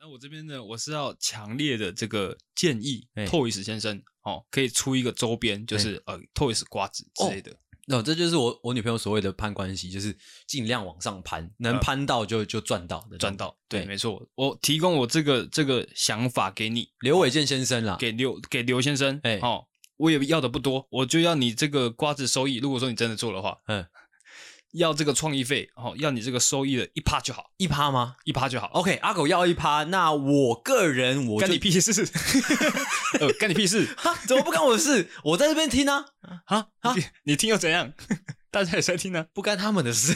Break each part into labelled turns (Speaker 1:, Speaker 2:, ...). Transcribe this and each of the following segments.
Speaker 1: 那我这边呢，我是要强烈的这个建议、
Speaker 2: 哎
Speaker 1: Toys 先生哦，可以出一个周边，就是、呃 Toys 瓜子之类的。
Speaker 2: 那、这就是我我女朋友所谓的攀关系，就是尽量往上攀，能攀到就、就赚到的，
Speaker 1: 嗯赚。到，对，
Speaker 2: 对
Speaker 1: 没错，我提供我这个这个想法给你，
Speaker 2: 刘伟健先生啦，
Speaker 1: 给刘给刘先生，
Speaker 2: 哎
Speaker 1: 哦，我也要的不多，我就要你这个瓜子收益。如果说你真的做的话，
Speaker 2: 嗯，
Speaker 1: 要这个创意费，哦，要你这个收益的一趴就好，
Speaker 2: 一趴吗
Speaker 1: 一趴就好。
Speaker 2: ？OK，阿狗要一趴，那我个人哦我就
Speaker 1: 干你屁 事！ 呃，干你屁事！
Speaker 2: 哈，怎么不干我的事？我在这边 听啊，
Speaker 1: 啊啊！你你听又怎样？ 大家也在听呢、
Speaker 2: 不干他们的 事。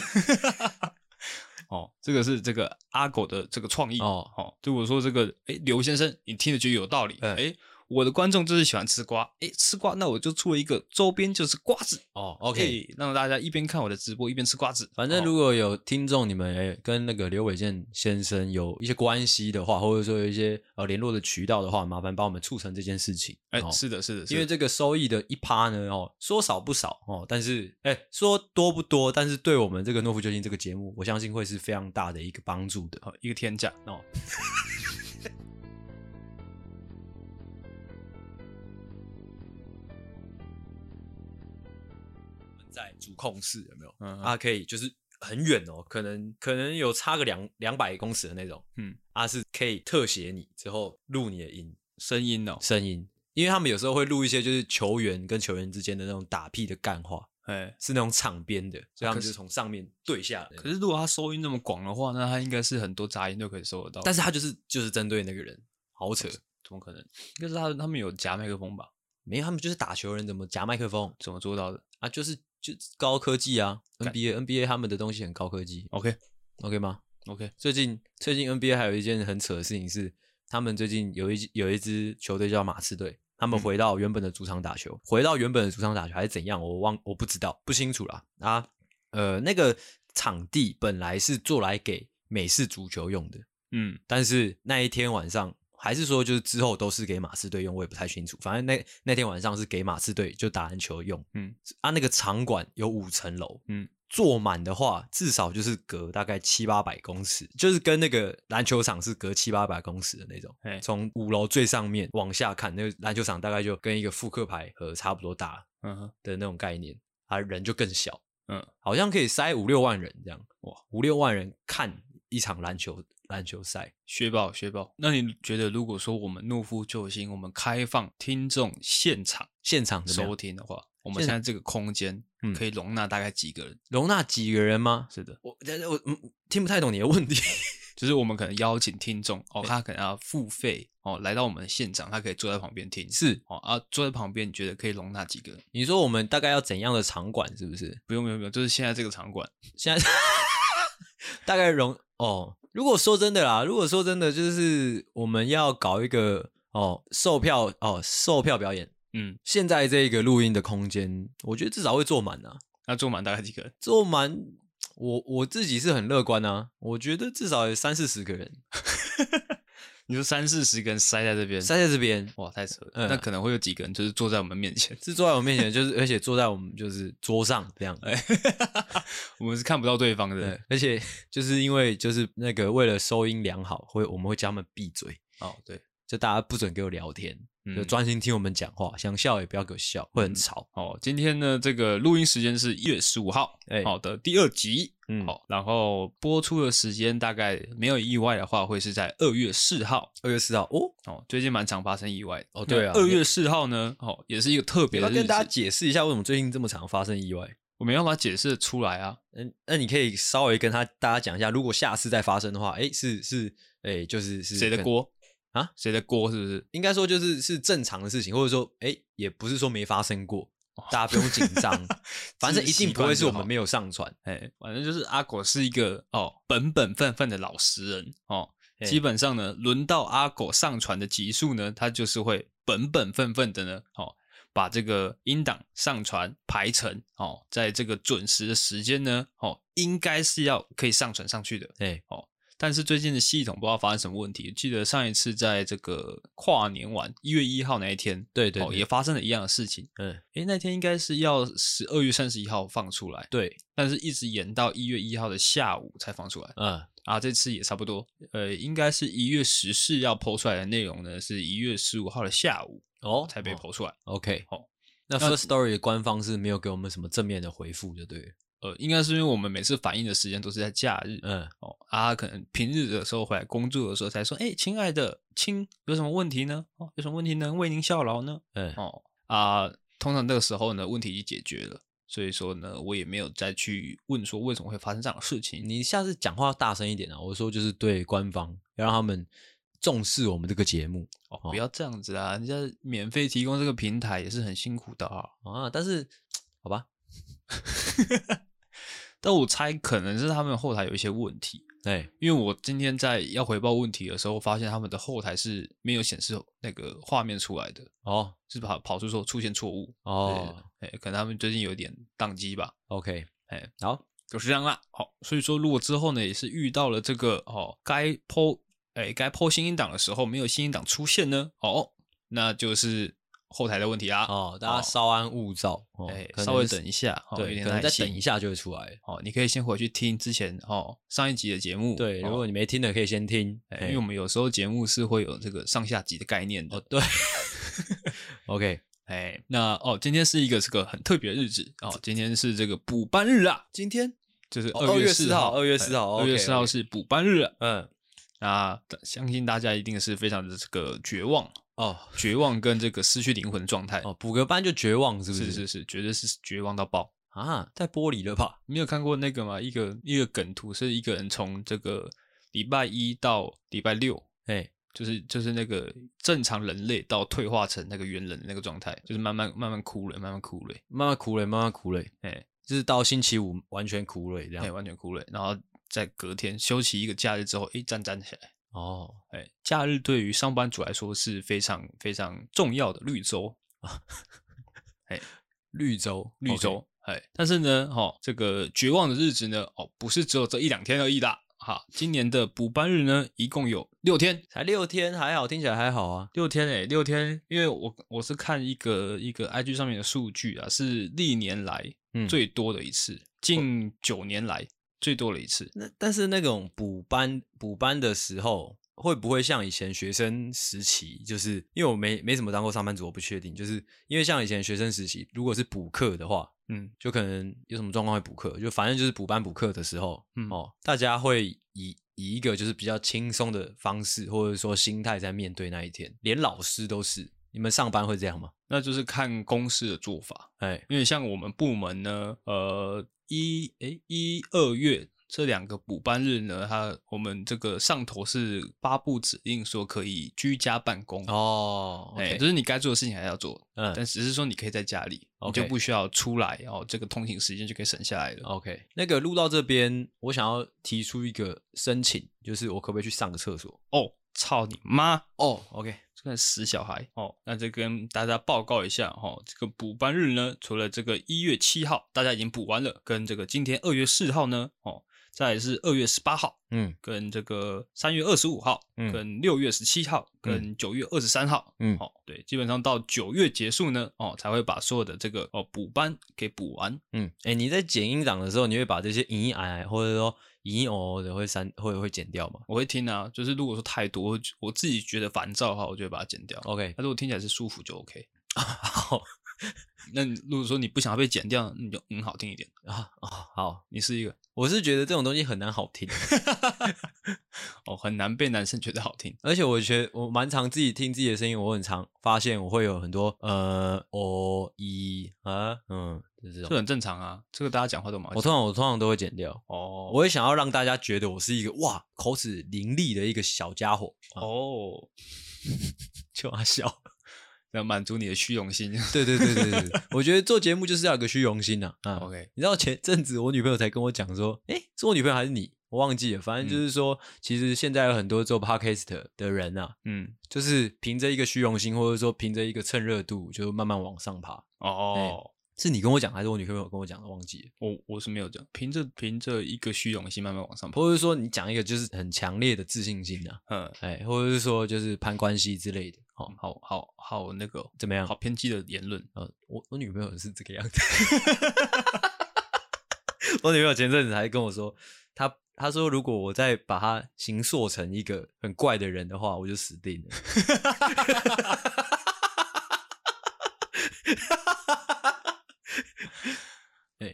Speaker 1: 哦，这个是这个阿狗的这个创意
Speaker 2: 哦
Speaker 1: 哦。哦，如果说这个，哎，刘先生，你听着觉得有道理，
Speaker 2: 嗯
Speaker 1: 哎、我的观众就是喜欢吃瓜，哎，吃瓜，那我就出了一个周边，就是瓜子
Speaker 2: 哦，OK，
Speaker 1: 哎让大家一边看我的直播一边吃瓜子。
Speaker 2: 反正
Speaker 1: 哦
Speaker 2: 如果有听众你们诶跟那个刘伟健先生有一些关系的话，或者说有一些呃联络的渠道的话，麻烦帮我们促成这件事情。
Speaker 1: 哎、
Speaker 2: 哦
Speaker 1: 是的，是的，
Speaker 2: 因为
Speaker 1: 是的
Speaker 2: 这个收益的一趴呢，哦，说少不少哦，但是哎，说多不多，但是对我们这个诺夫救星这个节目，我相信会是非常大的一个帮助的。
Speaker 1: 哦一个天价哦。
Speaker 2: 在主控室有没有？
Speaker 1: 嗯
Speaker 2: 啊，可以就是很远哦，可能可能有差个两两百公尺的那种，
Speaker 1: 嗯，
Speaker 2: 啊是可以特写你之后录你的音
Speaker 1: 声音哦，
Speaker 2: 声音，因为他们有时候会录一些就是球员跟球员之间的那种打屁的干话，
Speaker 1: 哎。
Speaker 2: 是那种场边的，所以他们
Speaker 1: 啊可
Speaker 2: 就是是从上面对下来。
Speaker 1: 可是如果他收音这么广的话，那他应该是很多杂音都可以收得到。
Speaker 2: 但
Speaker 1: 是
Speaker 2: 是他就是就是针对那个人，好扯。
Speaker 1: 怎么可能？应该是他他们有夹麦克风吧？
Speaker 2: 没有，他们就是打球人怎么夹麦克风
Speaker 1: 怎么做到的
Speaker 2: 啊，就是就高科技啊
Speaker 1: 干哦
Speaker 2: ，NBA NBA 他们的东西很高科技
Speaker 1: ？OK
Speaker 2: ，OK 吗？
Speaker 1: OK，
Speaker 2: 最近最近 NBA 还有一件很扯的事情是，他们最近有一有一支球队叫马刺队，他们
Speaker 1: 嗯
Speaker 2: 回到原本的主场打球，回到原本的主场打球还是怎样，我忘我不知道不清楚啦啊，呃，那个场地本来是做来给美式足球用的，
Speaker 1: 嗯，
Speaker 2: 但是那一天晚上，还是说就是之后都是给马刺队用，我也不太清楚。反正那那天晚上是给马刺队就打篮球用，
Speaker 1: 嗯，
Speaker 2: 啊，那个场馆有五层楼，
Speaker 1: 嗯，
Speaker 2: 坐满的话至少就是隔大概七八百公尺，就是跟那个篮球场是隔七八百公尺的那种
Speaker 1: 哎。
Speaker 2: 从五楼最上面往下看，那个篮球场大概就跟一个复刻牌盒差不多大
Speaker 1: 嗯哼，
Speaker 2: 的那种概念，啊，人就更小，
Speaker 1: 嗯，
Speaker 2: 好像可以塞五六万人这样，
Speaker 1: 哇，
Speaker 2: 五六万人看一场篮球篮球赛。
Speaker 1: 学宝，学宝，那你觉得如果说我们懦夫救星，我们开放听众现场
Speaker 2: 现场怎么样
Speaker 1: 收听的话，我们
Speaker 2: 现
Speaker 1: 现在
Speaker 2: 场
Speaker 1: 这个空间
Speaker 2: 嗯
Speaker 1: 可以容纳大概几个人？
Speaker 2: 容纳几个人吗？
Speaker 1: 是的，
Speaker 2: 我我嗯听不太懂你的问题。
Speaker 1: 就是我们可能邀请听众哦，他可能要付费哦，来到我们的现场，他可以坐在旁边听，
Speaker 2: 是
Speaker 1: 哦啊，坐在旁边，你觉得可以容纳几个人？
Speaker 2: 你说我们大概要怎样的场馆？是不是？
Speaker 1: 不用，不用，不用，就是现在这个场馆，
Speaker 2: 现在大概容哦。如果说真的啦，如果说真的，就是我们要搞一个哦售票哦售票表演。
Speaker 1: 嗯，
Speaker 2: 现在这个录音的空间，我觉得至少会坐满啊，
Speaker 1: 那坐满大概几个人？
Speaker 2: 坐满。我我自己是很乐观啊，我觉得至少有三四十个人
Speaker 1: 你说三四十个人塞在这边，
Speaker 2: 塞在这边，
Speaker 1: 哇，太扯了。
Speaker 2: 嗯
Speaker 1: 那可能会有几个人就是坐在我们面前，
Speaker 2: 是坐在我面前，就是而且坐在我们就是桌上这样，
Speaker 1: 哎 我们是看不到对方的
Speaker 2: 对，而且就是因为就是那个为了收音良好，会我们会叫他们闭嘴，
Speaker 1: 哦，对，
Speaker 2: 就大家不准给我聊天，就
Speaker 1: 嗯
Speaker 2: 专心听我们讲话，想笑也不要给我笑，会很吵。
Speaker 1: 哦，今天呢，这个录音时间是一月十五号，
Speaker 2: 哎
Speaker 1: 好的第二集，
Speaker 2: 嗯
Speaker 1: 好，然后播出的时间大概没有意外的话，会是在二月四号。
Speaker 2: 二月四号哦，
Speaker 1: 哦，最近蛮常发生意外的
Speaker 2: 哦对啊
Speaker 1: 二月四号呢，哦，也是一个特
Speaker 2: 你
Speaker 1: 别
Speaker 2: 要
Speaker 1: 的
Speaker 2: 不
Speaker 1: 日
Speaker 2: 要
Speaker 1: 子，
Speaker 2: 跟大家解释一下为什么最近这么常发生意外？
Speaker 1: 我没办法解释得出来啊。
Speaker 2: 嗯，那你可以稍微跟他大家讲一下，如果下次再发生的话，哎，是是，哎，就是是
Speaker 1: 谁的
Speaker 2: 可能？
Speaker 1: 锅
Speaker 2: 啊？
Speaker 1: 谁的锅？是不是？
Speaker 2: 应该说就是是正常的事情，或者说，哎，也不是说没发生过，
Speaker 1: 哦
Speaker 2: 大家不用紧 张，反正一定不会是我们没有上传。
Speaker 1: 哎，反正就是阿狗是一个哦本本分分的老实人哦。
Speaker 2: 哎
Speaker 1: 基本上呢，轮到阿狗上传的集数呢，他就是会本本分分的呢，哦，把这个音档上传排成哦，在这个准时的时间呢，哦，应该是要可以上传上去的。
Speaker 2: 哎，
Speaker 1: 但是最近的系统不知道发生什么问题，记得上一次在这个跨年晚一月一号那一天，
Speaker 2: 对对
Speaker 1: 哦，
Speaker 2: 对
Speaker 1: 也发生了一样的事情。
Speaker 2: 嗯，
Speaker 1: 诶，那天应该是要十二月三十一号放出来，
Speaker 2: 对，
Speaker 1: 但是一直延到一月一号的下午才放出来。
Speaker 2: 嗯，
Speaker 1: 啊，这次也差不多，呃，应该是一月十四要剖出来的内容呢，是一月十五号的下午
Speaker 2: 哦
Speaker 1: 才被
Speaker 2: 哦
Speaker 1: 剖出来。
Speaker 2: OK，
Speaker 1: 哦
Speaker 2: 那
Speaker 1: 那
Speaker 2: First Story 的官方是没有给我们什么正面的回复，就对了。
Speaker 1: 呃，应该是因为我们每次反应的时间都是在假日，
Speaker 2: 嗯，
Speaker 1: 哦啊，可能平日的时候回来工作的时候才说，哎，亲爱的，亲，有什么问题呢？哦，有什么问题能为您效劳呢？
Speaker 2: 嗯，
Speaker 1: 哦啊，通常这个时候呢，问题已经解决了，所以说呢，我也没有再去问说为什么会发生这样的事情。
Speaker 2: 你下次讲话大声一点啊！我说就是对官方，要让他们重视我们这个节目
Speaker 1: 哦，不要这样子啊！人家免费提供这个平台也是很辛苦的啊。
Speaker 2: 啊。但是，好吧，
Speaker 1: 但我猜可能是他们后台有一些问题，
Speaker 2: 哎，
Speaker 1: 因为我今天在要回报问题的时候，发现他们的后台是没有显示那个画面出来的，
Speaker 2: 哦
Speaker 1: 是跑跑出说出现错误。
Speaker 2: 哦
Speaker 1: 对，哎，可能他们最近有点宕机吧，
Speaker 2: ，OK，
Speaker 1: 哎，
Speaker 2: 好，
Speaker 1: 就是这样啦。好、所以说如果之后呢也是遇到了这个哦，该剖哎该剖新音档的时候没有新音档出现呢，哦，那就是后台的问题啦。
Speaker 2: 哦，大家稍安勿躁，哦
Speaker 1: 哎，
Speaker 2: 可能
Speaker 1: 稍微
Speaker 2: 是
Speaker 1: 等一下，哦、有
Speaker 2: 对，
Speaker 1: 点
Speaker 2: 可能
Speaker 1: 耐
Speaker 2: 再
Speaker 1: 心
Speaker 2: 等一下就会出来。
Speaker 1: 哦，你可以先回去听之前哦上一集的节目。
Speaker 2: 对，
Speaker 1: 哦
Speaker 2: 如果你没听的，可以先听。
Speaker 1: 哎
Speaker 2: 哎哦
Speaker 1: 因为我们有时候节目是会有这个上下集的概念的。
Speaker 2: 对 ，OK，
Speaker 1: 哎，那哦，今天是一个这个很特别的日子哦，今天是这个补班日啊，
Speaker 2: 今天，
Speaker 1: 就是
Speaker 2: 哦2
Speaker 1: 月
Speaker 2: 月
Speaker 1: 4
Speaker 2: 4
Speaker 1: 号，哎
Speaker 2: 号2月4号
Speaker 1: 二月
Speaker 2: OK，OK
Speaker 1: 四号是补班日啊。
Speaker 2: 嗯，
Speaker 1: 那相信大家一定是非常的这个绝望，
Speaker 2: 哦
Speaker 1: 绝望跟这个失去灵魂的状态。
Speaker 2: 哦，补个班就绝望是不
Speaker 1: 是
Speaker 2: 是？
Speaker 1: 是是，绝对是绝望到爆。
Speaker 2: 啊，太玻璃了吧？
Speaker 1: 没有看过那个嘛？一个一个梗图是一个人从这个礼拜一到礼拜六，
Speaker 2: 哎，
Speaker 1: 就是就是那个正常人类到退化成那个猿人的那个状态，就是慢慢慢慢枯萎，慢慢枯萎，
Speaker 2: 慢慢苦累，慢慢苦累，
Speaker 1: 哎
Speaker 2: 就是到星期五完全苦累这
Speaker 1: 哎，
Speaker 2: 样。
Speaker 1: 完全枯萎，然后在隔天休息一个假日之后，一站站起来，
Speaker 2: 哦，
Speaker 1: 哎，假日对于上班族来说是非常非常重要的绿洲，
Speaker 2: 绿洲，
Speaker 1: 绿洲，哎，但是呢，哦，这个绝望的日子呢，哦，不是只有这一两天而已啦，哈，今年的补班日呢，一共有六天，
Speaker 2: 才六天，还好，听起来还好啊。
Speaker 1: 六天诶、欸六天，因为我我是看一个一个 IG 上面的数据啊，是历年来
Speaker 2: 嗯
Speaker 1: 最多的一次，近九年来最多的一次。
Speaker 2: 那但是那种补班补班的时候，会不会像以前学生时期？就是因为我没没怎么当过上班族，我不确定。就是因为像以前学生时期，如果是补课的话，
Speaker 1: 嗯，
Speaker 2: 就可能有什么状况会补课，就反正就是补班补课的时候，
Speaker 1: 嗯
Speaker 2: 哦，大家会以以一个就是比较轻松的方式，或者说心态在面对那一天，连老师都是。你们上班会这样吗？
Speaker 1: 那就是看公司的做法，
Speaker 2: 哎，
Speaker 1: 因为像我们部门呢，呃，一诶一二月这两个补班日呢，它我们这个上头是发布指令说可以居家办公。
Speaker 2: 哦
Speaker 1: 哎、
Speaker 2: ，OK，
Speaker 1: 就是你该做的事情还是要做，
Speaker 2: 嗯
Speaker 1: 但只是说你可以在家里你
Speaker 2: OK
Speaker 1: 就不需要出来哦，这个通勤时间就可以省下来了。
Speaker 2: OK，那个录到这边，我想要提出一个申请，就是我可不可以去上个厕所？
Speaker 1: 哦，操你妈！
Speaker 2: 哦，OK，
Speaker 1: 这个死小孩哦，那这跟大家报告一下哦，这个补班日呢，除了这个一月七号大家已经补完了，跟这个今天二月四号呢，哦，再来是二月十八号，
Speaker 2: 嗯
Speaker 1: 跟这个三月二十五号，
Speaker 2: 嗯
Speaker 1: 跟六月十七号，
Speaker 2: 嗯
Speaker 1: 跟九月二十三号，
Speaker 2: 嗯
Speaker 1: 哦，对，基本上到九月结束呢，哦，才会把所有的这个哦补班给补完，
Speaker 2: 嗯，哎、你在剪音档的时候，你会把这些隐隐矮矮或者说隐隐哦的会删，会会剪掉吗
Speaker 1: 我会听啊，就是如果说太多，我自己觉得烦躁的话，我就会把它剪掉。
Speaker 2: ？OK，
Speaker 1: 但是我听起来是舒服就 OK。 嗯
Speaker 2: 好
Speaker 1: 那你如果说你不想要被剪掉，你就嗯好听一点。
Speaker 2: 啊啊，好，
Speaker 1: 你是一个
Speaker 2: 我是觉得这种东西很难好听，
Speaker 1: 哦，很难被男生觉得好听。
Speaker 2: 而且我觉得我蛮常自己听自己的声音，我很常发现我会有很多呃哦一啊嗯，就是这
Speaker 1: 这
Speaker 2: 种，
Speaker 1: 很正常啊，这个大家讲话都蛮
Speaker 2: 我通常我通常都会剪掉。
Speaker 1: 哦
Speaker 2: 我也想要让大家觉得我是一个哇口齿伶俐的一个小家伙，啊、
Speaker 1: 哦，
Speaker 2: 就阿笑。
Speaker 1: 要满足你的虚荣心。
Speaker 2: 对对对对对，我觉得做节目就是要有个虚荣心呐啊。
Speaker 1: OK，
Speaker 2: 你知道前阵子我女朋友才跟我讲说，诶，是我女朋友还是你？我忘记了，反正就是说，其实现在有很多做 podcast 的人啊，
Speaker 1: 嗯，
Speaker 2: 就是凭着一个虚荣心，或者说凭着一个趁热度，就慢慢往上爬。
Speaker 1: 哦，
Speaker 2: 是你跟我讲，还是我女朋友跟我讲的？忘记了。
Speaker 1: 我我是没有讲，凭着凭着一个虚荣心慢慢往上爬。
Speaker 2: 或者说你讲一个就是很强烈的自信心啊，
Speaker 1: 嗯，
Speaker 2: 哎，或者是说就是攀关系之类的，哦，
Speaker 1: 好好好，那个
Speaker 2: 怎么样
Speaker 1: 好？偏激的言论。
Speaker 2: 呃，我我女朋友是这 个样子。我女朋友前阵子还跟我说，她他说如果我再把他形塑成一个很怪的人的话，我就死定了。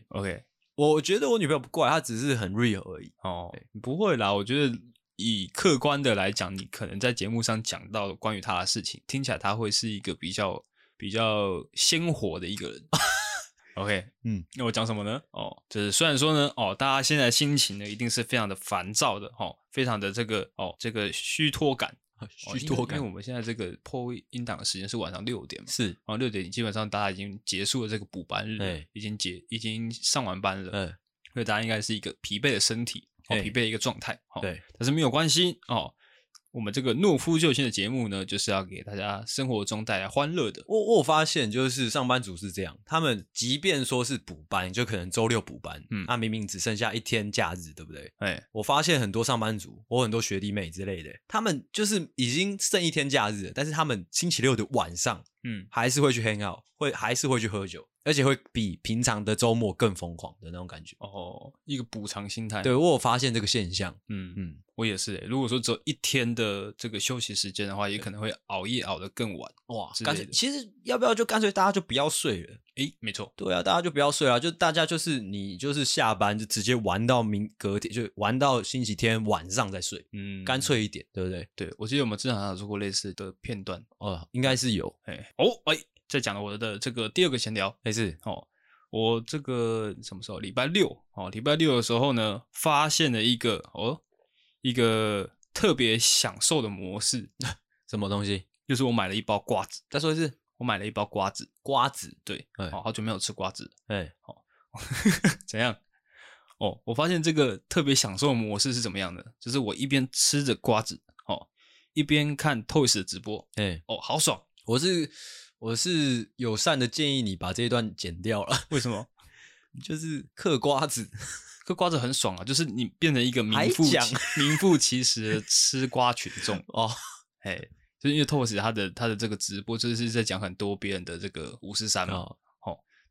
Speaker 1: OK，
Speaker 2: 我觉得我女朋友不怪，她只是很 real 而已。
Speaker 1: 哦，不会啦，我觉得以客观的来讲，你可能在节目上讲到关于他的事情，听起来他会是一个比较比较鲜活的一个 人。OK，
Speaker 2: 嗯，
Speaker 1: 那我讲什么呢？哦，就是虽然说呢，哦，大家现在心情呢一定是非常的烦躁的，哦，非常的这个哦这个虚脱感， 哦
Speaker 2: 虚脱
Speaker 1: 因为
Speaker 2: 感
Speaker 1: 因为我们现在这个破音档的时间是晚上六点嘛，
Speaker 2: 是，
Speaker 1: 然后六点基本上大家已经结束了这个补班日了，
Speaker 2: 哎
Speaker 1: 已经结已经上完班了，
Speaker 2: 嗯，
Speaker 1: 所以大家应该是一个疲惫的身体，哦，
Speaker 2: 哎
Speaker 1: 疲惫的一个状态，哦，
Speaker 2: 对，
Speaker 1: 但是没有关系哦。我们这个懦夫救星的节目呢，就是要给大家生活中带来欢乐的。
Speaker 2: 我我有发现就是上班族是这样，他们即便说是补班，就可能周六补班，
Speaker 1: 嗯
Speaker 2: 那、明明只剩下一天假日，对不对？
Speaker 1: 哎，
Speaker 2: 我发现很多上班族，我很多学弟妹之类的，他们就是已经剩一天假日了，但是他们星期六的晚上
Speaker 1: 嗯，
Speaker 2: 还是会去 hang out，会还是会去喝酒，而且会比平常的周末更疯狂的那种感觉。
Speaker 1: 哦，一个补偿心态。
Speaker 2: 对，我有发现这个现象，
Speaker 1: 嗯嗯，
Speaker 2: 嗯，
Speaker 1: 我也是、欸。如果说只有一天的这个休息时间的话，也可能会熬夜熬得更晚。
Speaker 2: 哇
Speaker 1: 嗯之类
Speaker 2: 干
Speaker 1: 的
Speaker 2: 脆其实要不要就干脆大家就不要睡了。
Speaker 1: 诶，没错，
Speaker 2: 对啊，大家就不要睡啊，就大家就是你就是下班就直接玩到明隔天，就玩到星期天晚上再睡，
Speaker 1: 嗯，
Speaker 2: 干脆一点，对不对？
Speaker 1: 对我记得我们之前好像有做过类似的片段。
Speaker 2: 哦，应该是有，
Speaker 1: 哎，哦，哎，再讲我的这个第二个闲聊，
Speaker 2: 类似
Speaker 1: 哦，我这个什么时候？礼拜六哦，礼拜六的时候呢，发现了一个哦，一个特别享受的模式，
Speaker 2: 什么东西？
Speaker 1: 就是我买了一包瓜子，
Speaker 2: 再说一次，
Speaker 1: 我买了一包瓜子，
Speaker 2: 瓜子，
Speaker 1: 对，
Speaker 2: 哎
Speaker 1: 哦，好久没有吃瓜子了，
Speaker 2: 哎，
Speaker 1: 怎样？哦，我发现这个特别享受的模式是怎么样的？就是我一边吃着瓜子，哦，一边看 Toys 的直播，
Speaker 2: 哎，
Speaker 1: 哦，好爽！
Speaker 2: 我是我是友善的建议你把这一段剪掉了，
Speaker 1: 为什么？
Speaker 2: 就是嗑瓜子，
Speaker 1: 嗑瓜子很爽啊，就是你变成一个名
Speaker 2: 还
Speaker 1: 副其
Speaker 2: 讲
Speaker 1: 名副其实的吃瓜群 众
Speaker 2: 哦，
Speaker 1: 哎，就是因为 Toys 他的他的这个直播就是在讲很多别人的这个五十三嘛，
Speaker 2: 哦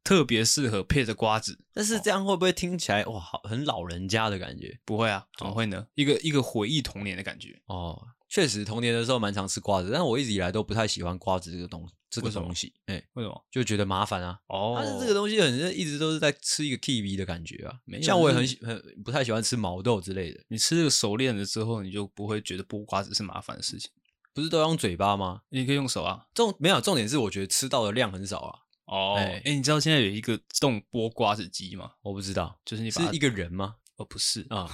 Speaker 1: 特别适合配着瓜子。
Speaker 2: 但是这样会不会听起来哇，好很老人家的感觉？
Speaker 1: 不会啊，怎么会呢？一个一个回忆童年的感觉。
Speaker 2: 哦，确实童年的时候蛮常吃瓜子，但我一直以来都不太喜欢瓜子这个东这个
Speaker 1: 为什么
Speaker 2: 东西，哎。
Speaker 1: 为什么？
Speaker 2: 就觉得麻烦啊。
Speaker 1: 哦，
Speaker 2: 但是这个东西很一直都是在吃一个 kiwi 的感觉啊
Speaker 1: 没，有
Speaker 2: 像我也很
Speaker 1: 就是
Speaker 2: 喜很不太喜欢吃毛豆之类的，
Speaker 1: 你吃这个熟练了之后，你就不会觉得剥瓜子是麻烦的事情。
Speaker 2: 不是都要用嘴巴吗？
Speaker 1: 你可以用手啊。
Speaker 2: 重没有重点是我觉得吃到的量很少啊，
Speaker 1: 哦，哎
Speaker 2: 哎、
Speaker 1: 你知道现在有一个自动剥瓜子机吗？
Speaker 2: 我不知道
Speaker 1: 就是你把
Speaker 2: 是
Speaker 1: 它
Speaker 2: 一个人吗？
Speaker 1: 哦不是啊，
Speaker 2: 啊，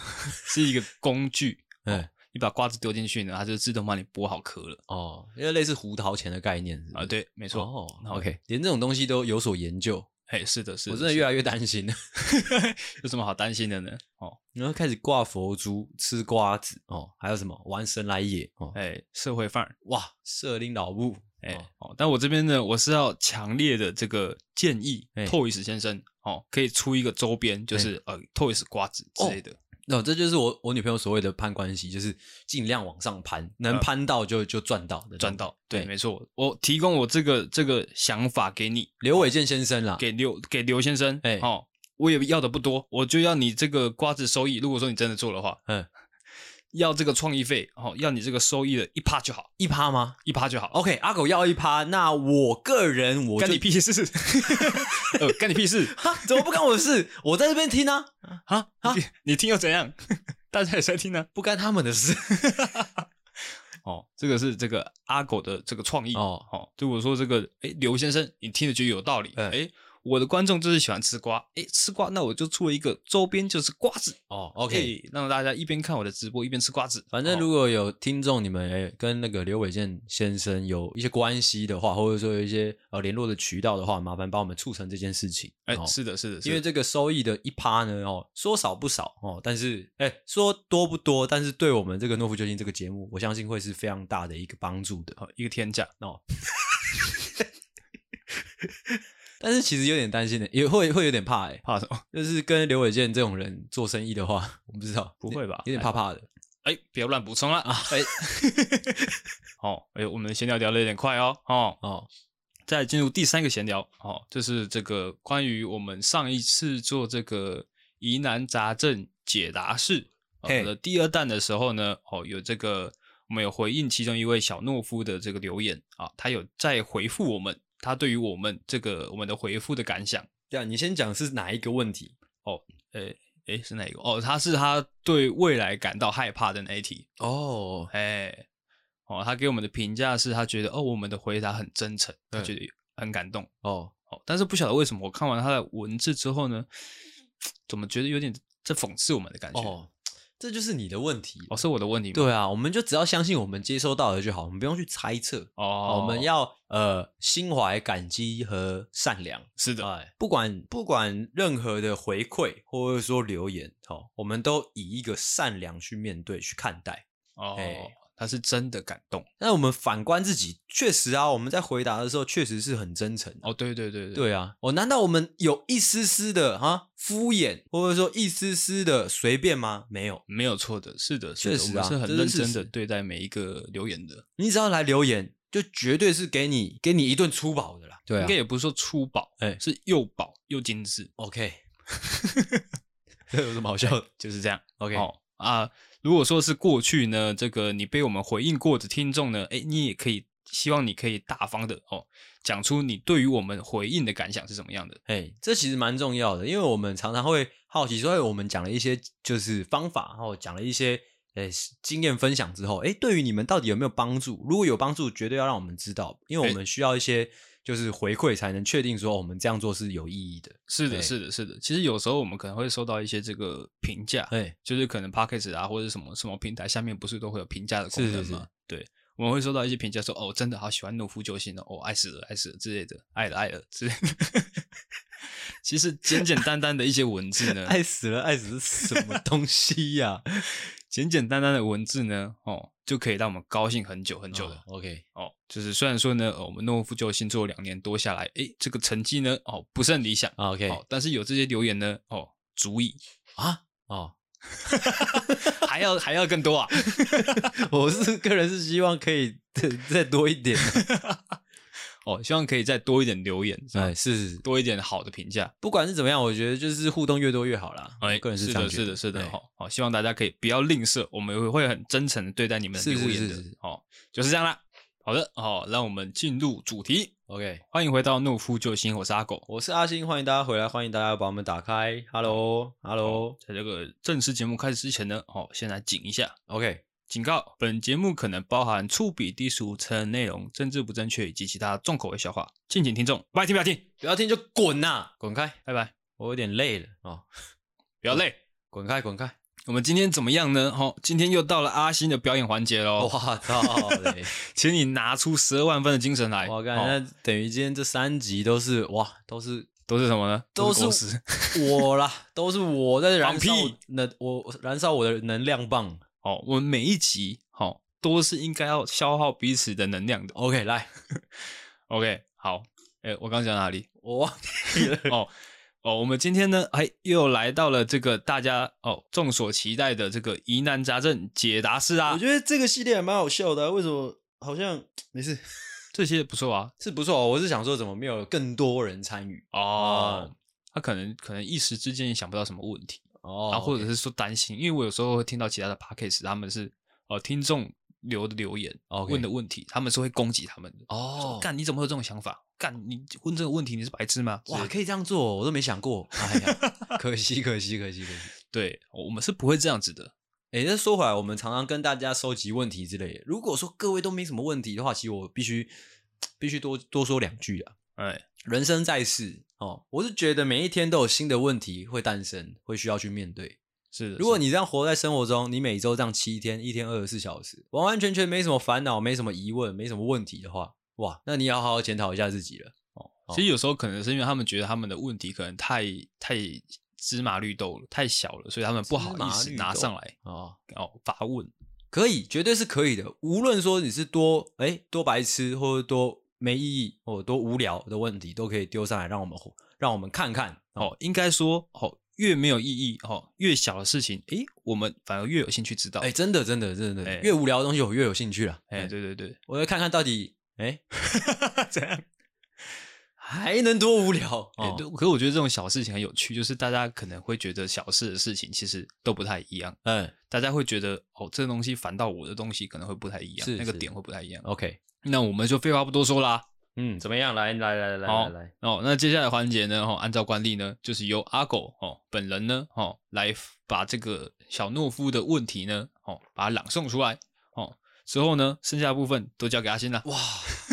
Speaker 1: 是一个工具。
Speaker 2: 哎
Speaker 1: 你把瓜子丢进去呢，它就自动帮你剥好壳了。
Speaker 2: 哦，因为类似胡桃钳的概念
Speaker 1: 啊，，对，没
Speaker 2: 是不
Speaker 1: 错。
Speaker 2: 是哦
Speaker 1: 然后
Speaker 2: ，OK，连这种东西都有所研究，
Speaker 1: 哎、是的，是的，
Speaker 2: 我真的
Speaker 1: 是
Speaker 2: 越来越担心了。
Speaker 1: 有什么好担心的呢？哦，
Speaker 2: 然后开始挂佛珠、吃瓜子哦，还有什么玩神来也哦，
Speaker 1: 哎、社会范儿，
Speaker 2: 哇，社林老布
Speaker 1: 哎、
Speaker 2: 哦
Speaker 1: 哦，但我这边呢，我是要强烈的这个建议、
Speaker 2: 哎
Speaker 1: Toys 先生哦，可以出一个周边，就是、呃 Toys 瓜子
Speaker 2: 哦
Speaker 1: 之类的，
Speaker 2: 那、这就是我我女朋友所谓的攀关系，就是尽量往上攀，能攀到就就赚到的，
Speaker 1: 嗯赚、到。对，
Speaker 2: 哎
Speaker 1: 没错，我提供我这个这个想法给你，
Speaker 2: 刘伟健先生啦，
Speaker 1: 给刘给刘先生，
Speaker 2: 哎
Speaker 1: 哦，我也要的不多，我就要你这个瓜子收益。如果说你真的做的话，
Speaker 2: 嗯，
Speaker 1: 要这个创意费，哦，要你这个收益的一趴就好，
Speaker 2: 一趴吗
Speaker 1: 一趴就好。
Speaker 2: ？OK，阿狗要一趴，那我个人我
Speaker 1: 干
Speaker 2: 就
Speaker 1: 你屁事！ 呃，干你屁事！
Speaker 2: 哈，怎么不干我的事？我在这边听啊，
Speaker 1: 啊啊！你听又怎样？大家也在听呢、
Speaker 2: 不干他们的事。
Speaker 1: 哦，这个是这个阿狗的这个创意哦
Speaker 2: 哦。
Speaker 1: 哦，如果说这个哎刘先生，你听着觉得有道理，哎、
Speaker 2: 嗯
Speaker 1: 我的观众就是喜欢吃瓜，哎，吃瓜，那我就出了一个周边就是瓜子
Speaker 2: 哦，OK，、 哦
Speaker 1: 哎哦让大家一边看我的直播一边吃瓜子。
Speaker 2: 反正如果有听众你们哎、跟那个刘伟健先生有一些关系的话，或者说有一些呃联络的渠道的话，麻烦帮我们促成这件事情。
Speaker 1: 哎、
Speaker 2: 哦
Speaker 1: 是的，是的，是的
Speaker 2: 因为这个收益的一趴呢，哦，说少不少哦，但是哎，说多不多，但是对我们这个诺夫救星这个节目，我相信会是非常大的一个帮助的。
Speaker 1: 哦一个天价
Speaker 2: 哦，但是其实有点担心的，也会会有点怕哎，
Speaker 1: 怕什么？
Speaker 2: 就是跟刘伟健这种人做生意的话，我不知道，
Speaker 1: 不会吧
Speaker 2: 有点怕怕的。
Speaker 1: 哎，不要乱补充了啊！哎， 哦，哎，我们闲聊聊的有点快哦，哦，
Speaker 2: 哦，
Speaker 1: 再进入第三个闲聊，哦，就是这个关于我们上一次做这个疑难杂症解答式呃我
Speaker 2: 嘿
Speaker 1: 的第二弹的时候呢，哦，有这个我们有回应其中一位小懦夫的这个留言啊，他有在回复我们，他对于我们这个我们的回复的感想。
Speaker 2: 对啊，你先讲是哪一个问题？
Speaker 1: 诶诶，是哪一个？哦，他是他对未来感到害怕的那一题。
Speaker 2: 哦，
Speaker 1: 哎，哦，他给我们的评价是他觉得哦，我们的回答很真诚，他
Speaker 2: 嗯
Speaker 1: 觉得很感动。
Speaker 2: 哦，
Speaker 1: 哦，但是不晓得为什么我看完他的文字之后呢，怎么觉得有点在讽刺我们的感觉？哦，
Speaker 2: 哦，这就是你的问题。
Speaker 1: 是我的问题吗？，
Speaker 2: 对啊，我们就只要相信我们接收到的就好，我们不用去猜测。
Speaker 1: 哦，
Speaker 2: 哦、我们要呃心怀感激和善良，
Speaker 1: 是的，
Speaker 2: 哎，不管不管任何的回馈或者说留言，哦，我们都以一个善良去面对去看待。
Speaker 1: 哦
Speaker 2: 哎，
Speaker 1: 他是真的感动。
Speaker 2: 那我们反观自己，确实啊，我们在回答的时候确实是很真诚、
Speaker 1: 哦，对对对对，
Speaker 2: 对啊，哦，难道我们有一丝丝的啊敷衍，或者说一丝丝的随便吗？没有，
Speaker 1: 没有错的，是的，是
Speaker 2: 确
Speaker 1: 的
Speaker 2: 实
Speaker 1: 我们
Speaker 2: 啊
Speaker 1: 是很
Speaker 2: 这是
Speaker 1: 认
Speaker 2: 事
Speaker 1: 真的
Speaker 2: 实
Speaker 1: 对待每一个留言的。
Speaker 2: 你只要来留言，就绝对是给你给你一顿粗饱的啦。对啊
Speaker 1: 应该也不是说粗饱，
Speaker 2: 哎
Speaker 1: 是又饱又精致，
Speaker 2: ，OK，这有什么好笑的
Speaker 1: 就是这样。
Speaker 2: ？OK，
Speaker 1: 哦啊，如果说是过去呢，这个你被我们回应过的听众呢，哎，你也可以希望你可以大方的哦，讲出你对于我们回应的感想是什么样的。
Speaker 2: 哎、这其实蛮重要的，因为我们常常会好奇，所以我们讲了一些就是方法，然后讲了一些呃、经验分享之后，哎、对于你们到底有没有帮助？如果有帮助，绝对要让我们知道，因为我
Speaker 1: 哎
Speaker 2: 们需要一些就是回馈，才能确定说哦我们这样做是有意义的。
Speaker 1: 是的，
Speaker 2: 对
Speaker 1: 是的，是的。其实有时候我们可能会收到一些这个评价，
Speaker 2: 哎、
Speaker 1: 就是可能 p o c k e t 啊或者什么什么平台下面不是都会有评价的功能吗？
Speaker 2: 是是是
Speaker 1: 对，我们会收到一些评价说哦，真的好喜欢懦夫救星哦，哦爱死了爱死了之类的，爱了爱了之类的。 其实简简单单的一些文字呢，
Speaker 2: 爱死了，爱死是什 么东西呀、
Speaker 1: 简简单单的文字呢，哦，就可以让我们高兴很久很久的。
Speaker 2: 哦 OK，
Speaker 1: 哦，就是虽然说呢，呃我们诺夫救星做两年多下来，诶，这个成绩呢，哦，不甚理想，
Speaker 2: 啊 OK，
Speaker 1: 哦，但是有这些留言呢，哦，足以，
Speaker 2: 啊哦，
Speaker 1: 还要还要更多啊，
Speaker 2: 我是个人是希望可以再再多一点。
Speaker 1: 哦，希望可以再多一点留言，是吧
Speaker 2: 哎，是是是，
Speaker 1: 多一点好的评价，
Speaker 2: 不管是怎么样，我觉得就是互动越多越好啦。哦我个
Speaker 1: 哎
Speaker 2: 人
Speaker 1: 是
Speaker 2: 这样
Speaker 1: 的，
Speaker 2: 觉
Speaker 1: 是的，是的，
Speaker 2: 哎
Speaker 1: 好、哦，希望大家可以不要吝啬，我们会很真诚的对待你们的
Speaker 2: 是
Speaker 1: 留
Speaker 2: 是
Speaker 1: 言的，
Speaker 2: 是是
Speaker 1: 哦，就是这样啦，好的，哦，让我们进入主题，
Speaker 2: OK，
Speaker 1: 欢迎回到懦夫救星，我是阿狗，
Speaker 2: 我是阿星，欢迎大家回来，欢迎大家把我们打开。Hello，Hello，OK，、
Speaker 1: 在这个正式节目开始之前呢，哦，先来警一下，
Speaker 2: OK，
Speaker 1: 警告：本节目可能包含粗鄙、低俗、成人内容、政治不正确以及其他重口味笑话，敬请听众不爱听不要听，
Speaker 2: 不要听就滚呐、滚开！
Speaker 1: 拜拜，
Speaker 2: 我有点累了哦，
Speaker 1: 不要累。
Speaker 2: 滚开，滚开！
Speaker 1: 我们今天怎么样呢？哦，今天又到了阿星的表演环节喽，
Speaker 2: 哇操嘞！
Speaker 1: 请你拿出十二万分的精神来。
Speaker 2: 我感
Speaker 1: 哦
Speaker 2: 觉那等于今天这三集都是哇，都是
Speaker 1: 都是什么呢？
Speaker 2: 都
Speaker 1: 是
Speaker 2: 是
Speaker 1: 狗 屎
Speaker 2: 我啦，都是我在燃烧
Speaker 1: 放屁
Speaker 2: 那我燃烧我的能量棒。
Speaker 1: 哦。我们每一集哦，都是应该要消耗彼此的能量的。
Speaker 2: OK，来，
Speaker 1: OK，好，哎，我刚讲哪 里？
Speaker 2: 我忘记了。
Speaker 1: 哦哦，我们今天呢，哎，又来到了这个大家哦众所期待的这个疑难杂症解答式啊
Speaker 2: 我，觉得这个系列还蛮好笑的啊、为什么好像没事
Speaker 1: 这些不错啊。
Speaker 2: 是不错、哦？我是想说，怎么没有更多人参与？啊
Speaker 1: 哦，他可能可能一时之间也想不到什么问题，
Speaker 2: 哦
Speaker 1: 啊，或者
Speaker 2: OK
Speaker 1: 是说担心，因为我有时候会听到其他的 p a c k a g e 他们是呃听众留的留言
Speaker 2: 哦 OK
Speaker 1: 问的问题，他们是会攻击他们的。说
Speaker 2: 哦，
Speaker 1: 干你怎么会有这种想法？干你问这个问题你是白痴吗？
Speaker 2: 哇，
Speaker 1: 之类的
Speaker 2: 可以这样做哦，我都没想过。哎呀，可惜，可惜，可惜，可惜。
Speaker 1: 对，我们是不会这样子的。
Speaker 2: 哎，那说回来，我们常常跟大家收集问题之类的。如果说各位都没什么问题的话，其实我必须必须多多说两句啊。
Speaker 1: 哎，
Speaker 2: 人生在世哦，我是觉得每一天都有新的问题会诞生，会需要去面对。
Speaker 1: 是的。
Speaker 2: 如果
Speaker 1: 是的
Speaker 2: 你这样活在生活中，你每周这样七天，一天二十四小时，完完全全没什么烦恼，没什么疑问，没什么问题的话，哇，那你要好好检讨一下自己了。
Speaker 1: 其实有时候可能是因为他们觉得他们的问题可能太太芝麻绿豆了，太小了，所以他们不好意思
Speaker 2: 芝麻绿豆
Speaker 1: 拿上来
Speaker 2: 哦，
Speaker 1: 哦发问。
Speaker 2: 可以，绝对是可以的。无论说你是多哎多白痴，或者多没意义，或者多无聊的问题，都可以丢上来，让我们让我们看看
Speaker 1: 哦，应该说哦，越没有意义哦，越小的事情，诶，我们反而越有兴趣知道。
Speaker 2: 哎，真的真的真的，
Speaker 1: 哎
Speaker 2: 越无聊的东西我越有兴趣了。
Speaker 1: 哎，
Speaker 2: 哎，
Speaker 1: 对对对，
Speaker 2: 我要看看到底哎
Speaker 1: 怎样？
Speaker 2: 还能多无聊？
Speaker 1: 哎、
Speaker 2: 哦
Speaker 1: 对可我觉得这种小事情很有趣，就是大家可能会觉得小事的事情其实都不太一样，
Speaker 2: 嗯
Speaker 1: 大家会觉得哦，这东西反倒我的东西可能会不太一样，
Speaker 2: 是
Speaker 1: 那个
Speaker 2: 是哦
Speaker 1: 点会不太一样。
Speaker 2: ，OK，
Speaker 1: 那我们就废话不多说啦。
Speaker 2: 嗯，怎么样？来来来来
Speaker 1: 好
Speaker 2: 来来，
Speaker 1: 哦，那接下来环节呢？哦，按照惯例呢，就是由阿狗哦本人呢哦来把这个小懦夫的问题呢哦把它朗诵出来哦，之后呢剩下的部分都交给阿星啦。
Speaker 2: 哇，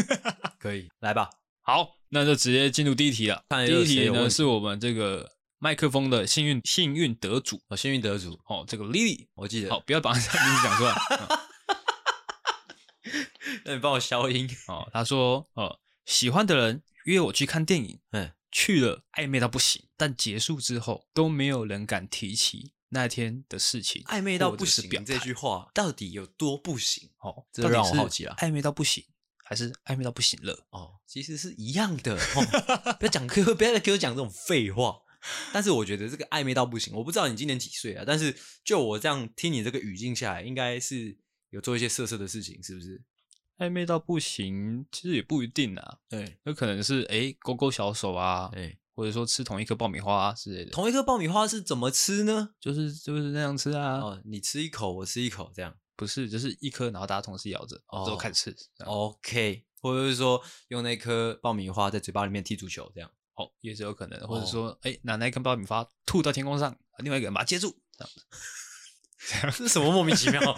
Speaker 2: 可以来吧？
Speaker 1: 好，那就直接进入第一题了。
Speaker 2: 看
Speaker 1: 第
Speaker 2: 又
Speaker 1: 一
Speaker 2: 有谁
Speaker 1: 题
Speaker 2: 有问
Speaker 1: 呢
Speaker 2: 题
Speaker 1: 是我们这个麦克风的幸运幸运得主
Speaker 2: 我幸运得主，
Speaker 1: 哦，这个 Lily。
Speaker 2: 我记得，
Speaker 1: 好，不要把他 名字讲出来。嗯
Speaker 2: 那你帮我消音。
Speaker 1: 哦，他说呃，喜欢的人约我去看电影，
Speaker 2: 嗯，
Speaker 1: 去了暧昧到不行，但结束之后都没有人敢提起那天的事情，
Speaker 2: 暧昧到不
Speaker 1: 或者是
Speaker 2: 行
Speaker 1: 表
Speaker 2: 这
Speaker 1: 态
Speaker 2: 句话到底有多不行？
Speaker 1: 哦，
Speaker 2: 这
Speaker 1: 到底
Speaker 2: 让我
Speaker 1: 是
Speaker 2: 好奇了
Speaker 1: 暧昧到不行，还是暧昧到不行了？
Speaker 2: 哦，其实是一样 的。哦、不要讲 哥，不要再给我讲这种废话。但是我觉得这个暧昧到不行，我不知道你今年几岁啊，但是就我这样听你这个语境下来，应该是有做一些色色的事情，是不是？
Speaker 1: 暧昧到不行，其实也不一定啊，
Speaker 2: 对，
Speaker 1: 有可能是诶勾勾小手啊，
Speaker 2: 哎，
Speaker 1: 或者说吃同一颗爆米花、啊、之类的，
Speaker 2: 同一颗爆米花是怎么吃呢？
Speaker 1: 就是就是那样吃啊，
Speaker 2: 哦，你吃一口，我吃一口，这样。
Speaker 1: 不是就是一颗，然后大家同时咬着，
Speaker 2: 哦
Speaker 1: 之后开始吃。这样
Speaker 2: OK，或者是说用那颗爆米花在嘴巴里面踢足球，这样。
Speaker 1: 哦，也是有可能，或者说，哎、拿那一根爆米花吐到天空上，另外一个人把它接住，这样
Speaker 2: 这 是什么莫名其妙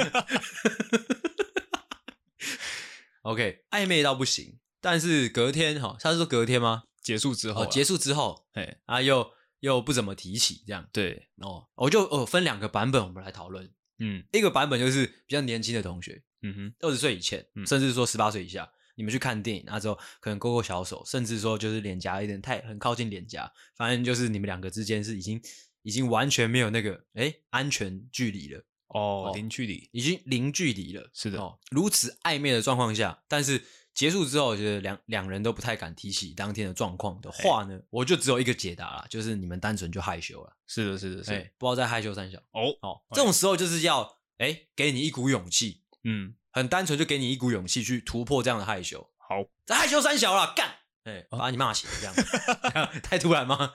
Speaker 2: ？OK，暧昧到不行，但是隔天哈，他是说隔天吗？
Speaker 1: 结束之后、啊
Speaker 2: 哦，结，束之后
Speaker 1: 哎、
Speaker 2: 啊，又又不怎么提起这样
Speaker 1: 对，
Speaker 2: 哦，我就哦分两个版本我们来讨论，
Speaker 1: 嗯
Speaker 2: 一个版本就是比较年轻的同学，
Speaker 1: 嗯哼，
Speaker 2: 二十岁以前，
Speaker 1: 嗯
Speaker 2: 甚至说十八岁以下，你们去看电影，那之后可能勾勾小手，甚至说就是脸颊有点太很靠近脸颊，反正就是你们两个之间是已经已经完全没有那个哎安全距离了。
Speaker 1: 哦
Speaker 2: 哦，
Speaker 1: 零距离，
Speaker 2: 已经零距离了。
Speaker 1: 是的
Speaker 2: 哦，如此暧昧的状况下，但是结束之后，我觉得两两人都不太敢提起当天的状况的话呢，我就只有一个解答啦，就是你们单纯就害羞了，
Speaker 1: 是的，是的，是的，
Speaker 2: 哎，不知道在害羞三小。
Speaker 1: 哦，
Speaker 2: 哦，
Speaker 1: 哎
Speaker 2: 这种时候就是要哎，给你一股勇气，
Speaker 1: 嗯，
Speaker 2: 很单纯就给你一股勇气去突破这样的害羞，
Speaker 1: 好，
Speaker 2: 在害羞三小啦，干！哎，
Speaker 1: 哦
Speaker 2: 把你骂醒这样，这样 太突然吗？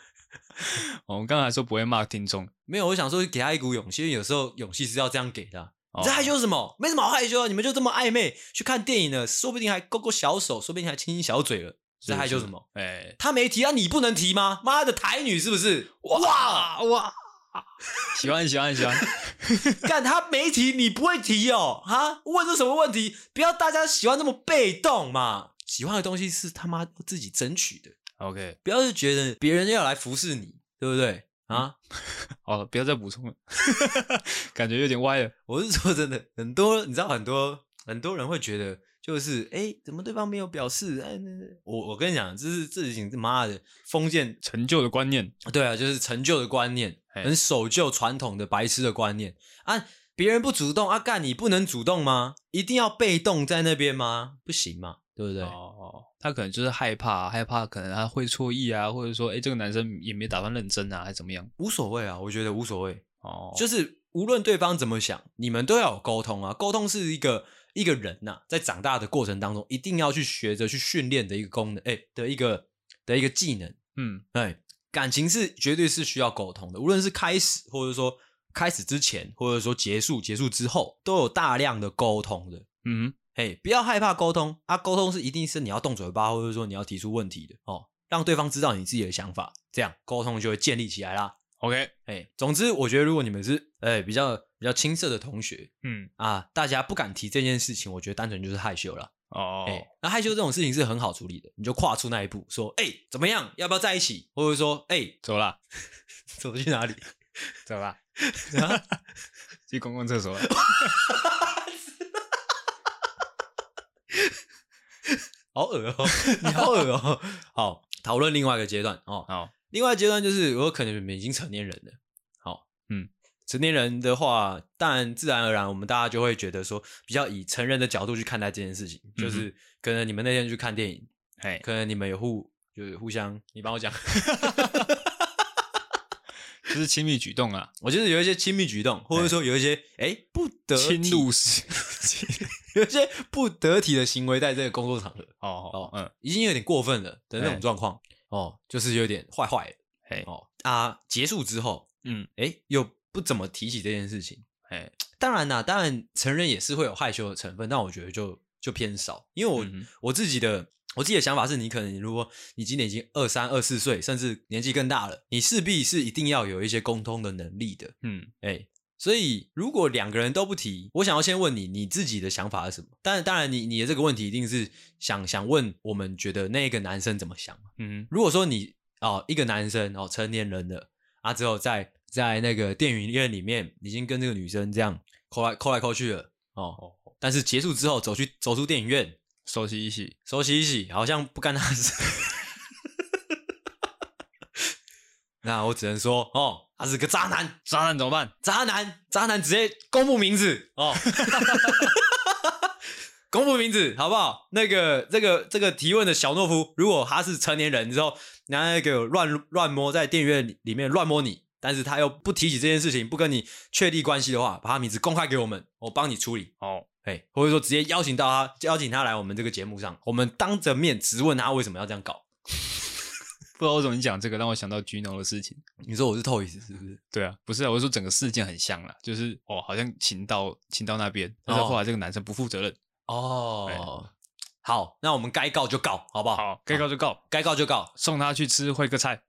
Speaker 1: 我们刚才说不会骂听众，
Speaker 2: 没有，我想说给他一股勇气，因为有时候勇气是要这样给的啊、
Speaker 1: 哦
Speaker 2: 你在害羞什么？没什么好害羞啊！你们就这么暧昧，去看电影了，说不定还勾勾小手，说不定还亲亲小嘴了，
Speaker 1: 是
Speaker 2: 在害羞
Speaker 1: 是
Speaker 2: 什么？
Speaker 1: 哎、
Speaker 2: 他没提啊，你不能提吗？妈的，台女是不是？哇，
Speaker 1: 哇哇，喜欢喜欢喜欢，
Speaker 2: 干他没提，你不会提哦？哈，问这什么问题？不要大家喜欢那么被动嘛！喜欢的东西是他妈自己争取的，
Speaker 1: ，OK，
Speaker 2: 不要是觉得别人要来服侍你，对不对啊？
Speaker 1: 好了，不要再补充了， 感觉有点歪了，
Speaker 2: 我是说真的，很多你知道，很多很多人会觉得，就是哎、诶怎么对方没有表示？哎，那那我我跟你讲，这是这事情是妈的封建，
Speaker 1: 陈旧的观念，
Speaker 2: 对啊，就是陈旧的观念，
Speaker 1: 嘿
Speaker 2: 很守旧传统的白痴的观念啊。别人不主动啊，干你不能主动吗？一定要被动在那边吗？不行嘛，对不对？
Speaker 1: 哦哦，他可能就是害怕，害怕可能他会错意啊，或者说，哎、这个男生也没打算认真啊，还是怎么样？
Speaker 2: 无所谓啊，我觉得无所谓。
Speaker 1: 哦，
Speaker 2: 就是无论对方怎么想，你们都要有沟通啊。沟通是一个一个人呐、在长大的过程当中，一定要去学着去训练的一个功能，哎、的一个的一个技能。
Speaker 1: 嗯。
Speaker 2: 哎，感情是绝对是需要沟通的，无论是开始，或者说开始之前，或者说结束结束之后，都有大量的沟通的。
Speaker 1: 嗯
Speaker 2: 哎，不要害怕沟通啊！沟通是一定是你要动嘴巴，或者说你要提出问题的哦，让对方知道你自己的想法，这样沟通就会建立起来啦。
Speaker 1: ，OK，
Speaker 2: 哎，总之，我觉得如果你们是哎比较比较青涩的同学
Speaker 1: 嗯，
Speaker 2: 啊，大家不敢提这件事情，我觉得单纯就是害羞了。
Speaker 1: 哦
Speaker 2: 哎、那害羞这种事情是很好处理的，你就跨出那一步，说哎怎么样，要不要在一起，或者说哎
Speaker 1: 走啦，
Speaker 2: 走去哪里？
Speaker 1: 走 啦，去公共厕 所了。
Speaker 2: 好恶哦、你好恶哦、好，讨论另外一个阶段哦。
Speaker 1: 好，
Speaker 2: 另外一个阶段就是，有可能你们已经成年人了。好，
Speaker 1: 嗯，
Speaker 2: 成年人的话，当然自然而然，我们大家就会觉得说，比较以成人的角度去看待这件事情，就是可能你们那天去看电影，
Speaker 1: 哎，
Speaker 2: 可能你们有互就是互相，你帮我讲，
Speaker 1: 就是亲密举动啊，
Speaker 2: 我就是有一些亲密举动，或者说有一些哎、诶不得
Speaker 1: 侵
Speaker 2: 体，
Speaker 1: 入 式。
Speaker 2: 有一些不得体的行为，在这个工作场合
Speaker 1: 哦哦
Speaker 2: 哦
Speaker 1: 嗯，
Speaker 2: 已经有点过分了的那
Speaker 1: 哎
Speaker 2: 种状况。哦，就是有点坏坏的
Speaker 1: 哎
Speaker 2: 哦啊。结束之后，
Speaker 1: 嗯，
Speaker 2: 哎，又不怎么提起这件事情。
Speaker 1: 哎，
Speaker 2: 当然啦，当然成人也是会有害羞的成分，但我觉得就就偏少，因为我、
Speaker 1: 嗯哼
Speaker 2: 我自己的我自己的想法是，你可能如果你今年已经二三二四岁，甚至年纪更大了，你势必是一定要有一些沟通的能力的，
Speaker 1: 嗯，
Speaker 2: 哎、所以如果两个人都不提，我想要先问你，你自己的想法是什么？当然，当然你你的这个问题一定是想想问我们觉得那个男生怎么想嘛。
Speaker 1: 嗯
Speaker 2: 如果说你哦，一个男生哦，成年人了啊，之后在在那个电影院里面已经跟这个女生这样抠来抠来抠去了哦，但是结束之后走去走出电影院，
Speaker 1: 熟悉一起，
Speaker 2: 手洗一洗，好像不干他的事。 那我只能说哦，他是个渣男，
Speaker 1: 渣男怎么办？
Speaker 2: 渣男，渣男，直接公布名字哦， 公布名字好不好？那个，这个，这个提问的小懦夫，如果他是成年人之后，然后给我乱乱摸，在电影院里面乱摸你，但是他又不提起这件事情，不跟你确立关系的话，把他名字公开给我们，我帮你处理。
Speaker 1: 哦，
Speaker 2: 哎，或者说直接邀请到他，邀请他来我们这个节目上，我们当着面质问他为什么要这样搞。
Speaker 1: 不知道为什么你讲这个，让我想到 Gino 的事情。
Speaker 2: 你说我是透椅子是不是？
Speaker 1: 对啊，不是啊，我是说整个事件很像啦，就是哦，好像情到情到那边，但是
Speaker 2: 哦
Speaker 1: 后来这个男生不负责任，
Speaker 2: 哦，好，那我们该告就告，好不好？
Speaker 1: 好，该告就告，
Speaker 2: 该告就告，
Speaker 1: 送他去吃会客 菜。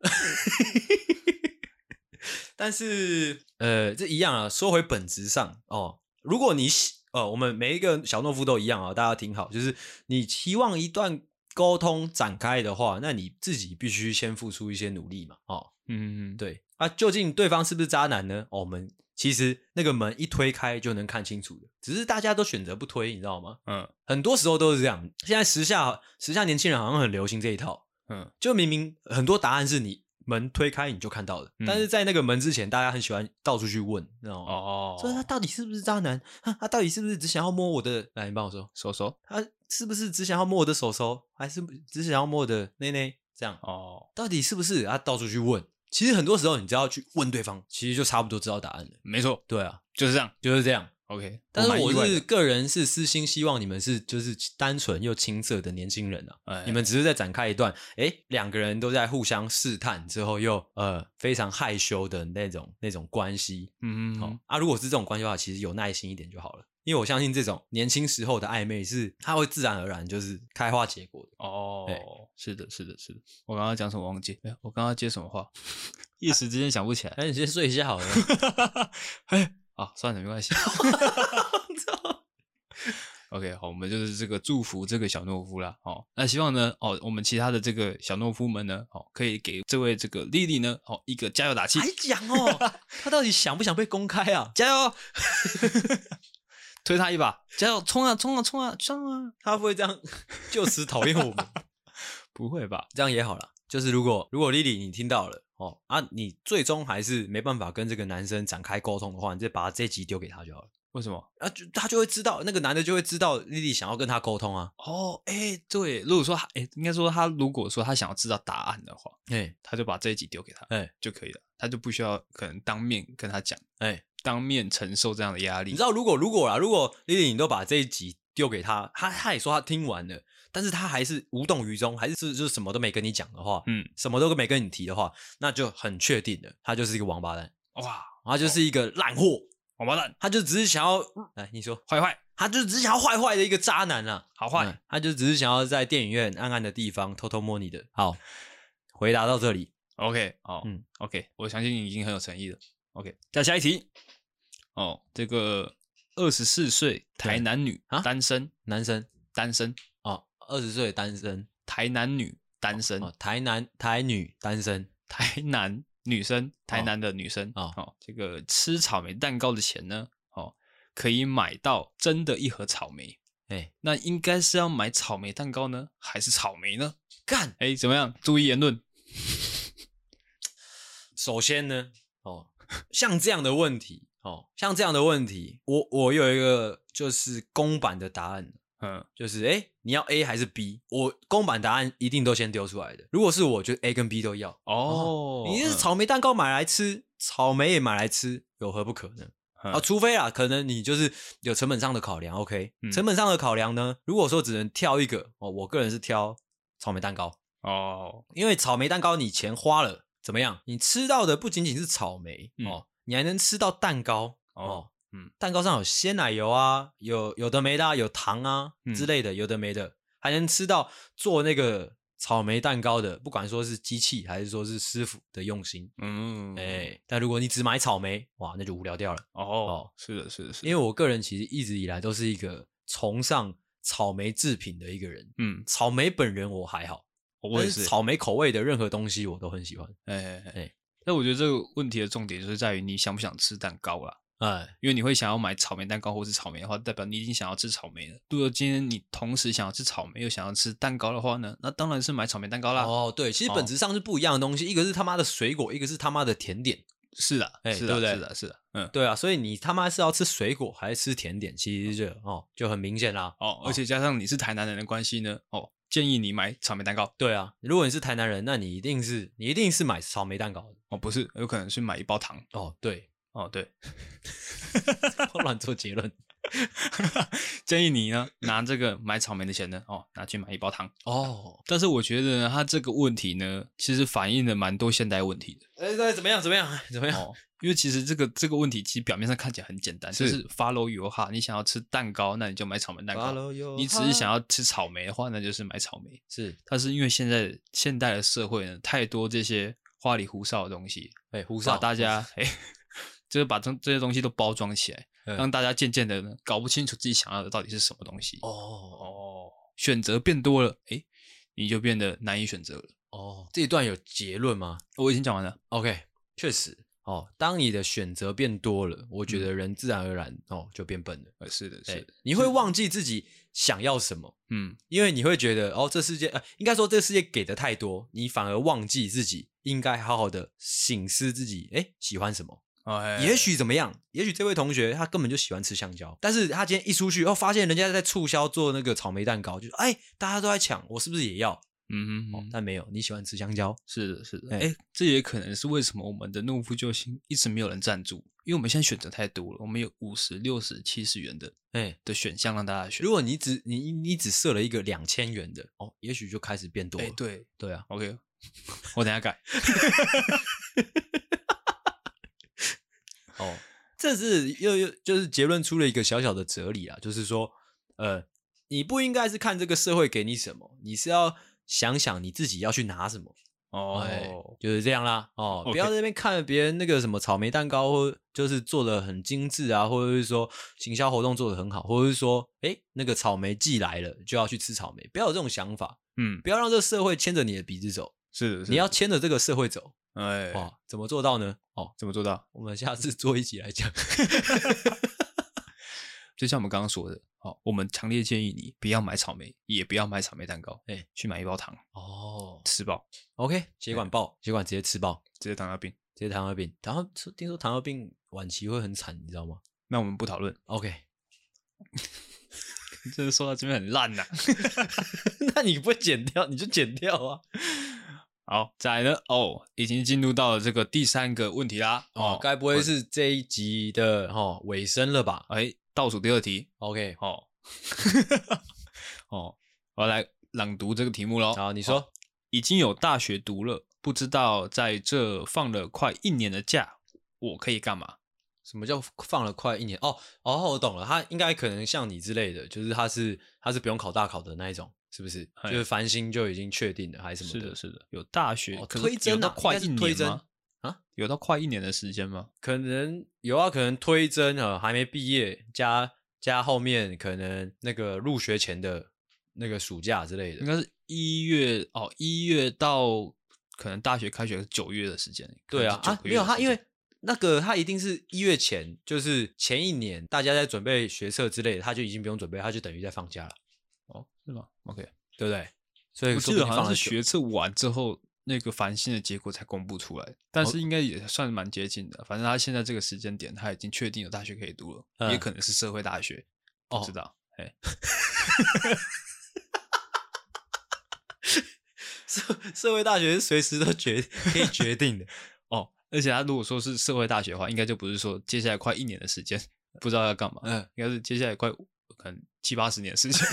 Speaker 2: 但是呃，这一样啊，说回本质上哦，如果你喜呃，我们每一个小懦夫都一样啊，大家听好，就是你期望一段沟通展开的话，那你自己必须先付出一些努力嘛，哦，
Speaker 1: 嗯，嗯，嗯
Speaker 2: 对啊，究竟对方是不是渣男呢？哦，我们其实那个门一推开就能看清楚的，只是大家都选择不推，你知道吗？
Speaker 1: 嗯
Speaker 2: 很多时候都是这样，现在时下时下年轻人好像很流行这一套，
Speaker 1: 嗯，
Speaker 2: 就明明很多答案是你门推开你就看到的，
Speaker 1: 嗯
Speaker 2: 但是在那个门之前，大家很喜欢到处去问，你知道吗？
Speaker 1: 哦，
Speaker 2: 所以他到底是不是渣男？啊他到底是不是只想要摸我的？来，你帮我说，
Speaker 1: 手手
Speaker 2: 他是不是只想要摸我的手手，还是只想要摸我的内内？这样
Speaker 1: 哦，
Speaker 2: 到底是不是？他到处去问。其实很多时候，你只要去问对方，其实就差不多知道答案了。
Speaker 1: 没错，
Speaker 2: 对啊，
Speaker 1: 就是这样。
Speaker 2: 就是这样。
Speaker 1: OK，
Speaker 2: 但是
Speaker 1: 蛮意
Speaker 2: 我
Speaker 1: 外
Speaker 2: 是
Speaker 1: 的
Speaker 2: 个人是私心希望你们是就是单纯又青涩的年轻人啊，
Speaker 1: 哎
Speaker 2: 你们只是在展开一段，哎，两个人都在互相试探之后又呃非常害羞的那种那种关系。
Speaker 1: 嗯，
Speaker 2: 哦
Speaker 1: 好，
Speaker 2: 啊，如果是这种关系的话，其实有耐心一点就好了，因为我相信这种年轻时候的暧昧是它会自然而然就是开花结果的。哎
Speaker 1: 哦，是的，是的，是的。我刚刚讲什么忘记？哎我刚刚接什么 话？一时之间想不起来。
Speaker 2: 哎那你先睡一下好了。
Speaker 1: 哎，啊，算了，没关系。OK，好，我们就是这个祝福这个小懦夫啦。哦，那希望呢，哦，我们其他的这个小懦夫们呢，哦，可以给这位这个莉莉呢，哦，一个加油打气
Speaker 2: 还，讲哦，他到底想不想被公开啊？加油！
Speaker 1: 推他一把，加油，冲啊，冲啊，冲啊，冲啊！
Speaker 2: 他会不会这样 就此讨厌我们？
Speaker 1: 不会吧？
Speaker 2: 这样也好啦，就是如果如果丽丽你听到了哦啊，你最终还是没办法跟这个男生展开沟通的话，你就把这集丢给他就好了。
Speaker 1: 为什么？
Speaker 2: 啊，就他就会知道，那个男的就会知道丽丽想要跟他沟通啊。
Speaker 1: 哦，哎，对，如果说他，哎，应该说他如果说他想要知道答案的话，
Speaker 2: 哎
Speaker 1: 他就把这一集丢给他，
Speaker 2: 哎
Speaker 1: 就可以了，他就不需要可能当面跟他讲，
Speaker 2: 哎，
Speaker 1: 当面承受这样的压力。
Speaker 2: 你知道如果如果啦，如果丽丽你都把这一集丢给他，他他也说他听完了，但是他还是无动于衷，还是就是什么都没跟你讲的话，
Speaker 1: 嗯，
Speaker 2: 什么都没跟你提的话，那就很确定的，他就是一个王八蛋，
Speaker 1: 哇，
Speaker 2: 他就是一个烂货，
Speaker 1: 王八蛋，
Speaker 2: 他就只是想要来你说，
Speaker 1: 坏坏，
Speaker 2: 他就只是想要坏坏的一个渣男啊。
Speaker 1: 好坏，
Speaker 2: 嗯他就只是想要在电影院暗暗的地方偷偷摸你的。好，回答到这里，
Speaker 1: OK，哦，
Speaker 2: 嗯
Speaker 1: 嗯，OK，我相信你已经很有诚意了。OK，再下一题。哦，这个二十四岁台南女
Speaker 2: 啊
Speaker 1: 单身，
Speaker 2: 男生
Speaker 1: 单身，
Speaker 2: 哦，二十岁单身，
Speaker 1: 台南女单身，
Speaker 2: 哦，台男台女单身，
Speaker 1: 台南女生，台
Speaker 2: 哦
Speaker 1: 南的女生
Speaker 2: 哦
Speaker 1: 哦，这个吃草莓蛋糕的钱呢，哦，可以买到真的一盒草莓。
Speaker 2: 哎，
Speaker 1: 那应该是要买草莓蛋糕呢，还是草莓呢？
Speaker 2: 干。
Speaker 1: 哎，怎么样？注意言论。
Speaker 2: 首先呢，哦，像这样的问题，哦，像这样的问题，我我有一个就是公版的答案，
Speaker 1: 嗯
Speaker 2: 就是哎、诶你要 A 还是 B？我公版答案一定都先丢出来的。如果是我，就 A 跟 B 都要。
Speaker 1: 哦
Speaker 2: 你是草莓蛋糕买来吃，草莓也买来吃，有何不可呢？
Speaker 1: 嗯
Speaker 2: 啊，除非啊，可能你就是有成本上的考量，OK？、
Speaker 1: 嗯
Speaker 2: 成本上的考量呢，如果说只能挑一个哦，我个人是挑草莓蛋糕，
Speaker 1: 哦，
Speaker 2: 因为草莓蛋糕你钱花了，怎么样？你吃到的不仅仅是草莓、
Speaker 1: 嗯
Speaker 2: 哦，你还能吃到蛋糕
Speaker 1: 哦
Speaker 2: 哦。
Speaker 1: 嗯
Speaker 2: 嗯，蛋糕上有鲜奶油啊，有有的没的啊、有糖啊
Speaker 1: 嗯
Speaker 2: 之类的，有的没的，还能吃到做那个草莓蛋糕的，不管说是机器还是说是师傅的用心。
Speaker 1: 嗯，
Speaker 2: 哎、但如果你只买草莓，哇，那就无聊掉了。
Speaker 1: 哦，是的，是的，是的，
Speaker 2: 因为我个人其实一直以来都是一个崇尚草莓制品的一个人，
Speaker 1: 嗯，
Speaker 2: 草莓本人我还好，
Speaker 1: 我也
Speaker 2: 但是
Speaker 1: 是，
Speaker 2: 草莓口味的任何东西我都很喜欢。
Speaker 1: 哎哎哎
Speaker 2: 哎。
Speaker 1: 但我觉得这个问题的重点就是在于你想不想吃蛋糕啦，
Speaker 2: 哎，
Speaker 1: 因为你会想要买草莓蛋糕或是草莓的话，代表你已经想要吃草莓了。如果今天你同时想要吃草莓又想要吃蛋糕的话呢，那当然是买草莓蛋糕啦。
Speaker 2: 哦，对，其实本质上是不一样的东西，一个是他妈的水果，一个是他妈的甜点。
Speaker 1: 是的，
Speaker 2: 哎
Speaker 1: 是的，
Speaker 2: 对不对
Speaker 1: 是的，是的，嗯，
Speaker 2: 对啊，所以你他妈是要吃水果还是吃甜点？其实就哦，就很明显啦。
Speaker 1: 哦，而且加上你是台南人的关系呢，哦，建议你买草莓蛋糕。
Speaker 2: 对啊，如果你是台南人，那你一定是你一定是买草莓蛋糕的。
Speaker 1: 哦，不是，有可能是买一包糖。
Speaker 2: 哦， 对，
Speaker 1: 哦，对，
Speaker 2: 我乱做结论。
Speaker 1: 建议你呢拿这个买草莓的钱呢，哦，拿去买一包糖。
Speaker 2: 哦，
Speaker 1: 但是我觉得呢，他这个问题呢，其实反映了蛮多现代问题的
Speaker 2: 哎，那怎么样？怎么样？怎么样？
Speaker 1: 哦。因为其实这个这个问题，其实表面上看起来很简单，就是是 follow your heart。你想要吃蛋糕，那你就买草莓蛋糕；
Speaker 2: Follow your
Speaker 1: 你只是想
Speaker 2: heart
Speaker 1: 要吃草莓的话，那就是买草莓。
Speaker 2: 是
Speaker 1: 但是因为现在现代的社会呢，太多这些花里胡哨的东西，
Speaker 2: 哎，胡
Speaker 1: 把
Speaker 2: 少
Speaker 1: 大家哎， 就是把这这些东西都包装起来，
Speaker 2: 嗯
Speaker 1: 让大家渐渐的呢搞不清楚自己想要的到底是什么东西。
Speaker 2: 哦
Speaker 1: 哦，选择变多了，哎，你就变得难以选择了。
Speaker 2: 哦，这一段有结论吗？
Speaker 1: 我已经讲完了。
Speaker 2: OK，确实哦，当你的选择变多了，我觉得人自然而然、哦就变笨了。
Speaker 1: 呃，嗯是的，
Speaker 2: 对
Speaker 1: 的，，
Speaker 2: 你会忘记自己想要什么，
Speaker 1: 嗯，
Speaker 2: 因为你会觉得哦，这世界呃，应该说这世界给的太多，你反而忘记自己应该好好的醒思自己，哎，喜欢什么。
Speaker 1: 哎
Speaker 2: 也许怎么样？也许这位同学他根本就喜欢吃香蕉，但是他今天一出去，哦，发现人家在促销做那个草莓蛋糕，就哎，大家都在抢，我是不是也要？
Speaker 1: 嗯
Speaker 2: 哦
Speaker 1: 嗯，，
Speaker 2: 但没有，你喜欢吃香蕉，
Speaker 1: 是的，是的，
Speaker 2: 哎
Speaker 1: 哎，这也可能是为什么我们的诺夫救星一直没有人赞助，因为我们现在选择太多了，我们有五十六十七十元的
Speaker 2: 哎，
Speaker 1: 的选项让大家选
Speaker 2: 如。果你只你你只设了一个两千元的哦，也许就开始变多了。
Speaker 1: 哎，对哎
Speaker 2: 对啊，
Speaker 1: ，OK，我 等一下改。
Speaker 2: 哦，这是又又就是结论出了一个小小的哲理啊，就是说，呃，你不应该是看这个社会给你什么，你是要想想你自己要去拿什么。哎
Speaker 1: 哦，
Speaker 2: 就是这样啦。哦
Speaker 1: OK
Speaker 2: 不要在那边看别人那个什么草莓蛋糕，或就是做的很精致啊，或者是说行销活动做的很好，或者是说，哎，那个草莓季来了就要去吃草莓，不要有这种想法，
Speaker 1: 嗯，
Speaker 2: 不要让这个社会牵着你的鼻子走，
Speaker 1: 是的，是
Speaker 2: 你要
Speaker 1: 的
Speaker 2: 牵着这个社会走。
Speaker 1: 哎，
Speaker 2: 哇，怎么做到呢？哦，
Speaker 1: 怎么做到？
Speaker 2: 我们下次做一集来讲。
Speaker 1: 就像我们刚刚说的，好，我们强烈建议你不要买草莓，也不要买草莓蛋糕，哎
Speaker 2: 哎，
Speaker 1: 去买一包糖
Speaker 2: 哦
Speaker 1: 吃饱，
Speaker 2: ，OK，血管爆，血管直接吃爆，
Speaker 1: 直接糖尿病。
Speaker 2: 直接糖尿病。然后听说糖尿病晚期会很惨，你知道吗
Speaker 1: 那我们不讨论，
Speaker 2: ？OK，
Speaker 1: 真的说到这边很 烂呐。
Speaker 2: 那你不剪掉你就剪掉啊。
Speaker 1: 好，再来呢，哦，已经进入到了这个第三个问题啦。
Speaker 2: 哦，该不会是这一集的哦尾声了吧
Speaker 1: 哎倒数第二题？
Speaker 2: ？OK，
Speaker 1: 哦，哦，我要来朗读这个题目喽。
Speaker 2: 好，你说
Speaker 1: 哦，已经有大学读了，不知道在这放了快一年的假，我可以干嘛？
Speaker 2: 什么叫放了快一年？哦哦，我懂了，他应该可能像你之类的，就是他是他是不用考大考的那一种，是不是？
Speaker 1: 哎
Speaker 2: 就是繁星就已经确定了还是什么
Speaker 1: 是的，是的，有大学
Speaker 2: 哦
Speaker 1: 可是
Speaker 2: 推甄啊
Speaker 1: 有到快一
Speaker 2: 应该是推
Speaker 1: 年吗
Speaker 2: 甄？啊，
Speaker 1: 有到快一年的时间吗？
Speaker 2: 可能有啊，可能推甄啊，还没毕业，加加后面可能那个入学前的那个暑假之类
Speaker 1: 应
Speaker 2: 的。
Speaker 1: 该是一月哦，一月到可能大学开学是九月的时间。
Speaker 2: 对啊，
Speaker 1: 可能
Speaker 2: 啊
Speaker 1: 是九个
Speaker 2: 没
Speaker 1: 月的
Speaker 2: 有他，
Speaker 1: 时
Speaker 2: 因
Speaker 1: 间
Speaker 2: 为那个他一定是一月前，就是前一年大家在准备学测之类的，他就已经不用准备，他就等于在放假了，
Speaker 1: 哦是吗？OK，
Speaker 2: 对不对？所以
Speaker 1: 我记
Speaker 2: 说不
Speaker 1: 得
Speaker 2: 定
Speaker 1: 好
Speaker 2: 放
Speaker 1: 像
Speaker 2: 了
Speaker 1: 是
Speaker 2: 久
Speaker 1: 学测完之后那个繁星的结果才公布出来，但
Speaker 2: 哦
Speaker 1: 是应该也算蛮接近的。反正他现在这个时间点，他已经确定有大学可以读了，
Speaker 2: 嗯
Speaker 1: 也可能是社会大学，不
Speaker 2: 哦
Speaker 1: 知道。哎，
Speaker 2: 社社会大学是随时都决可以 决定的。
Speaker 1: 哦，而且他如果说是社会大学的话，应该就不是说接下来快一年的时间不知道要干嘛，
Speaker 2: 嗯，
Speaker 1: 应该是接下来快可能七八十年的时间。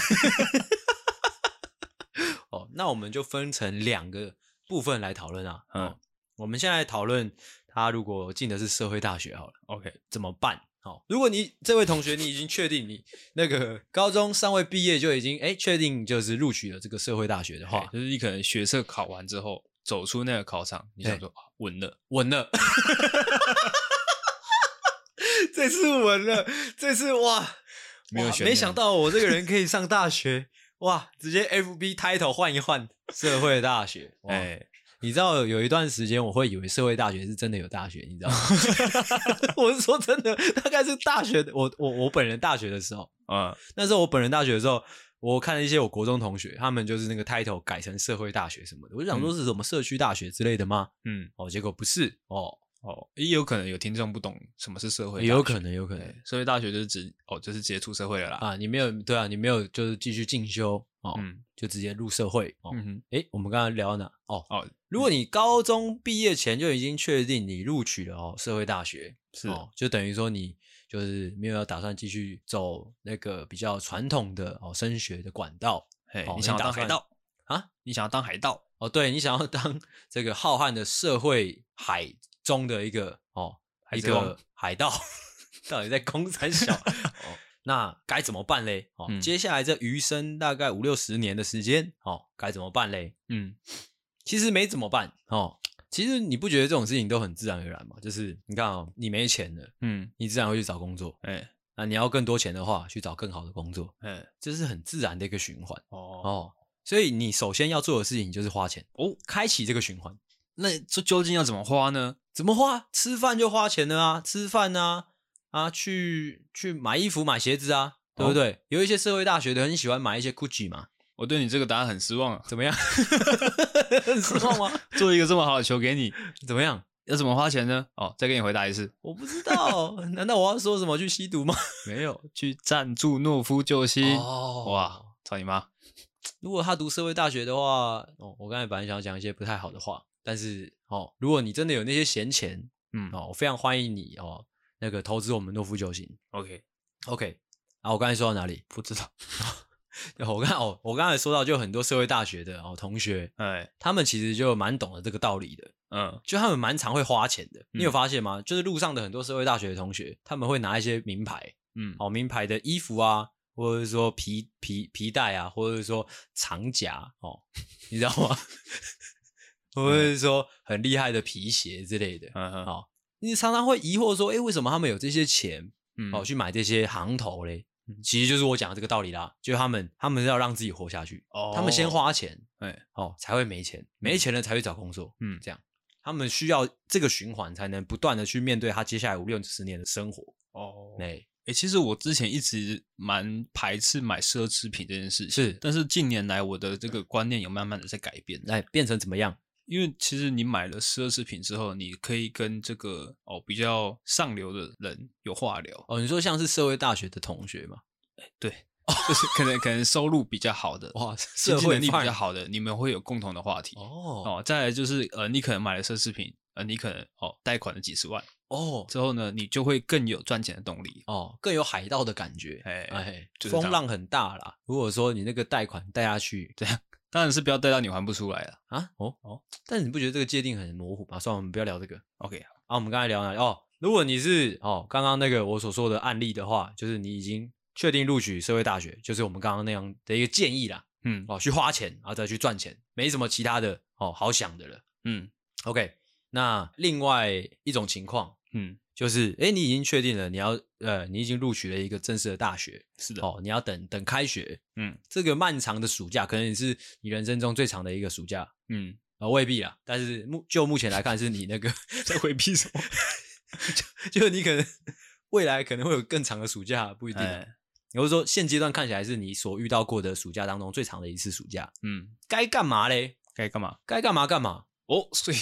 Speaker 2: 哦，那我们就分成两个部分来讨论啊。
Speaker 1: 嗯
Speaker 2: 嗯，我们现在讨论他如果进的是社会大学好了，
Speaker 1: OK，
Speaker 2: 怎么办？好、如果你这位同学你已经确定你那个高中尚未毕业就已经哎确定就是录取了这个社会大学的
Speaker 1: 好，
Speaker 2: 话，
Speaker 1: 就是你可能学测考完之后走出那个考场，你想说啊稳了，
Speaker 2: 稳 了。这次稳了，这次哇，
Speaker 1: 没有
Speaker 2: 哇
Speaker 1: 悬念
Speaker 2: 没想到我这个人可以上大学，哇，直接 FB title 换一换，社会大学。哎、
Speaker 1: 哎，
Speaker 2: 你知道有一段时间我会以为社会大学是真的有大学，你知道吗？ 我是说真的，大概是大学的，我我我本人大学的时候，
Speaker 1: 嗯
Speaker 2: 那时候我本人大学的时候，我看了一些我国中同学，他们就是那个 title 改成社会大学什么的，我就想说是什么社区大学之类的吗？
Speaker 1: 嗯，
Speaker 2: 哦，结果不是哦，
Speaker 1: 哦，也有可能有听众不懂什么是社会大
Speaker 2: 也
Speaker 1: 学，
Speaker 2: 有可能，有可能
Speaker 1: 对，社会大学就是指哦，就是直接出社会了啦。
Speaker 2: 啊，你没有对啊，你没有就是继续进修哦，
Speaker 1: 嗯
Speaker 2: 就直接入社会哦。
Speaker 1: 嗯哼，
Speaker 2: 诶，我们刚刚聊到哪？哦，
Speaker 1: 哦，
Speaker 2: 如果你高中毕业前就已经确定你录取了哦，社会大学
Speaker 1: 是
Speaker 2: 哦，就等于说你就是没有要打算继续走那个比较传统的哦升学的管道
Speaker 1: 嘿
Speaker 2: 哦，
Speaker 1: 你想要
Speaker 2: 你打
Speaker 1: 当
Speaker 2: 算
Speaker 1: 海盗
Speaker 2: 啊？
Speaker 1: 你想要当海盗？
Speaker 2: 哦，对你想要当 这个浩瀚的社会海中的一个哦
Speaker 1: 海
Speaker 2: 一
Speaker 1: 贼王
Speaker 2: 个海盗， 到底在攻三小哦？那该怎么办嘞？哦，
Speaker 1: 嗯
Speaker 2: 接下来这余生大概五六十年的时间，哦，该怎么办嘞？
Speaker 1: 嗯，
Speaker 2: 其实没怎么办哦。其实你不觉得这种事情都很自然而然吗？就是你看哦，你没钱了，
Speaker 1: 嗯，
Speaker 2: 你自然会去找工作。
Speaker 1: 哎
Speaker 2: 那你要更多钱的话，去找更好的工作，
Speaker 1: 哎，
Speaker 2: 这是很自然的一个循环
Speaker 1: 哦
Speaker 2: 哦。所以你首先要做的事情就是花钱
Speaker 1: 哦，
Speaker 2: 开启这个循环。
Speaker 1: 那这究竟要怎么花呢？
Speaker 2: 怎么花？吃饭就花钱了啊，吃饭啊啊，去去买衣服、买鞋子啊，对不对？有一些社会大学的很喜欢买一些 GUCCI 嘛，
Speaker 1: 我对你这个答案很失望啊。
Speaker 2: 怎么样？很失望吗？
Speaker 1: 做一个这么好的球给你，
Speaker 2: 怎么样？
Speaker 1: 要怎么花钱呢？哦，再给你回答一次，
Speaker 2: 我不知道，难道我要说什么去吸毒吗？
Speaker 1: 没有去赞助懦夫救星。
Speaker 2: 哦
Speaker 1: 哇，操你妈！
Speaker 2: 如果他读社会大学的话，哦，我刚才本来想要讲一些不太好的话，但是哦，如果你真的有那些闲钱，
Speaker 1: 嗯
Speaker 2: 哦，我非常欢迎你哦，那个投资我们诺夫救星。
Speaker 1: ，OK，
Speaker 2: OK，啊，我刚才说到哪里？不知道。 我刚哦，我刚才说到，就很多社会大学的哦同学，
Speaker 1: 哎，
Speaker 2: 他们其实就蛮懂得这个道理的，
Speaker 1: 嗯，
Speaker 2: 就他们蛮常会花钱的。你有
Speaker 1: 嗯
Speaker 2: 发现吗？就是路上的很多社会大学的同学，他们会拿一些名牌，
Speaker 1: 嗯，
Speaker 2: 哦，名牌的衣服啊，或者是说皮皮皮带啊，或者是说长夹哦， 你知道吗？或者是说很厉害的皮鞋之类的。
Speaker 1: 嗯哼
Speaker 2: 好你常常会疑惑说，诶，为什么他们有这些钱
Speaker 1: 嗯，
Speaker 2: 哦去买这些行头嘞
Speaker 1: 嗯？
Speaker 2: 其实就是我讲的这个道理啦，就是他们他们是要让自己活下去，
Speaker 1: 哦
Speaker 2: 他们先，花钱，
Speaker 1: 哎，
Speaker 2: 哦才会没钱，没钱了才会找工作，
Speaker 1: 嗯
Speaker 2: 这样他们需要这个循环才能不断的去面对他接下来五六十年的生活，
Speaker 1: 哦
Speaker 2: 哎、
Speaker 1: 哎、其实我之前一直蛮排斥买奢侈品这件事情，
Speaker 2: 是
Speaker 1: 但是近年来我的这个观念有慢慢的在改变。
Speaker 2: 哎变成怎么样？
Speaker 1: 因为其实你买了奢侈品之后，你可以跟这个哦比较上流的人有话聊，
Speaker 2: 哦，你说像是社会大学的同学嘛？
Speaker 1: 对，就是 可能可能收入比较好的，
Speaker 2: 哇，
Speaker 1: 经
Speaker 2: 社
Speaker 1: 济
Speaker 2: 会
Speaker 1: 能力比
Speaker 2: 范儿
Speaker 1: 较好的，你们会有共同的话题。
Speaker 2: 哦
Speaker 1: 哦，再来就是呃，你可能买了奢侈品，呃，你可能哦贷款了几十万
Speaker 2: 哦
Speaker 1: 之后呢，你就会更有赚钱的动力。
Speaker 2: 哦，更有海盗的感觉，
Speaker 1: 哎
Speaker 2: 哎，
Speaker 1: 就是这
Speaker 2: 风
Speaker 1: 样
Speaker 2: 浪很大啦。如果说你那个贷款贷下去
Speaker 1: 当然是不要贷到你还不出来了。
Speaker 2: 啊，哦哦，但你不觉得这个界定很模糊吗？算了，我们不要聊这个
Speaker 1: OK，
Speaker 2: 啊。我们刚才聊哪里？哦，如果你是哦刚刚那个我所说的案例的话，就是你已经确定录取社会大学，就是我们刚刚那样的一个建议啦。
Speaker 1: 嗯
Speaker 2: 哦，去花钱，然后再去赚钱，没什么其他的哦好想的了。
Speaker 1: 嗯
Speaker 2: OK，那另外一种情况
Speaker 1: 嗯，
Speaker 2: 就是，哎、你已经确定了，你要呃，你已经录取了一个正式的大学，
Speaker 1: 是的，
Speaker 2: 哦，你要等等开学，
Speaker 1: 嗯
Speaker 2: 这个漫长的暑假，可能也是你人生中最长的一个暑假，
Speaker 1: 嗯，
Speaker 2: 呃，未必啦，但是目就目前来看，是你那个，
Speaker 1: 在回避什么？
Speaker 2: 就是你可能未来可能会有更长的暑假，不一定啊。
Speaker 1: 哎
Speaker 2: 也就是说，现阶段看起来是你所遇到过的暑假当中最长的一次暑假，
Speaker 1: 嗯，
Speaker 2: 该干嘛嘞？
Speaker 1: 该干嘛？
Speaker 2: 该干嘛干嘛。
Speaker 1: 哦，所 以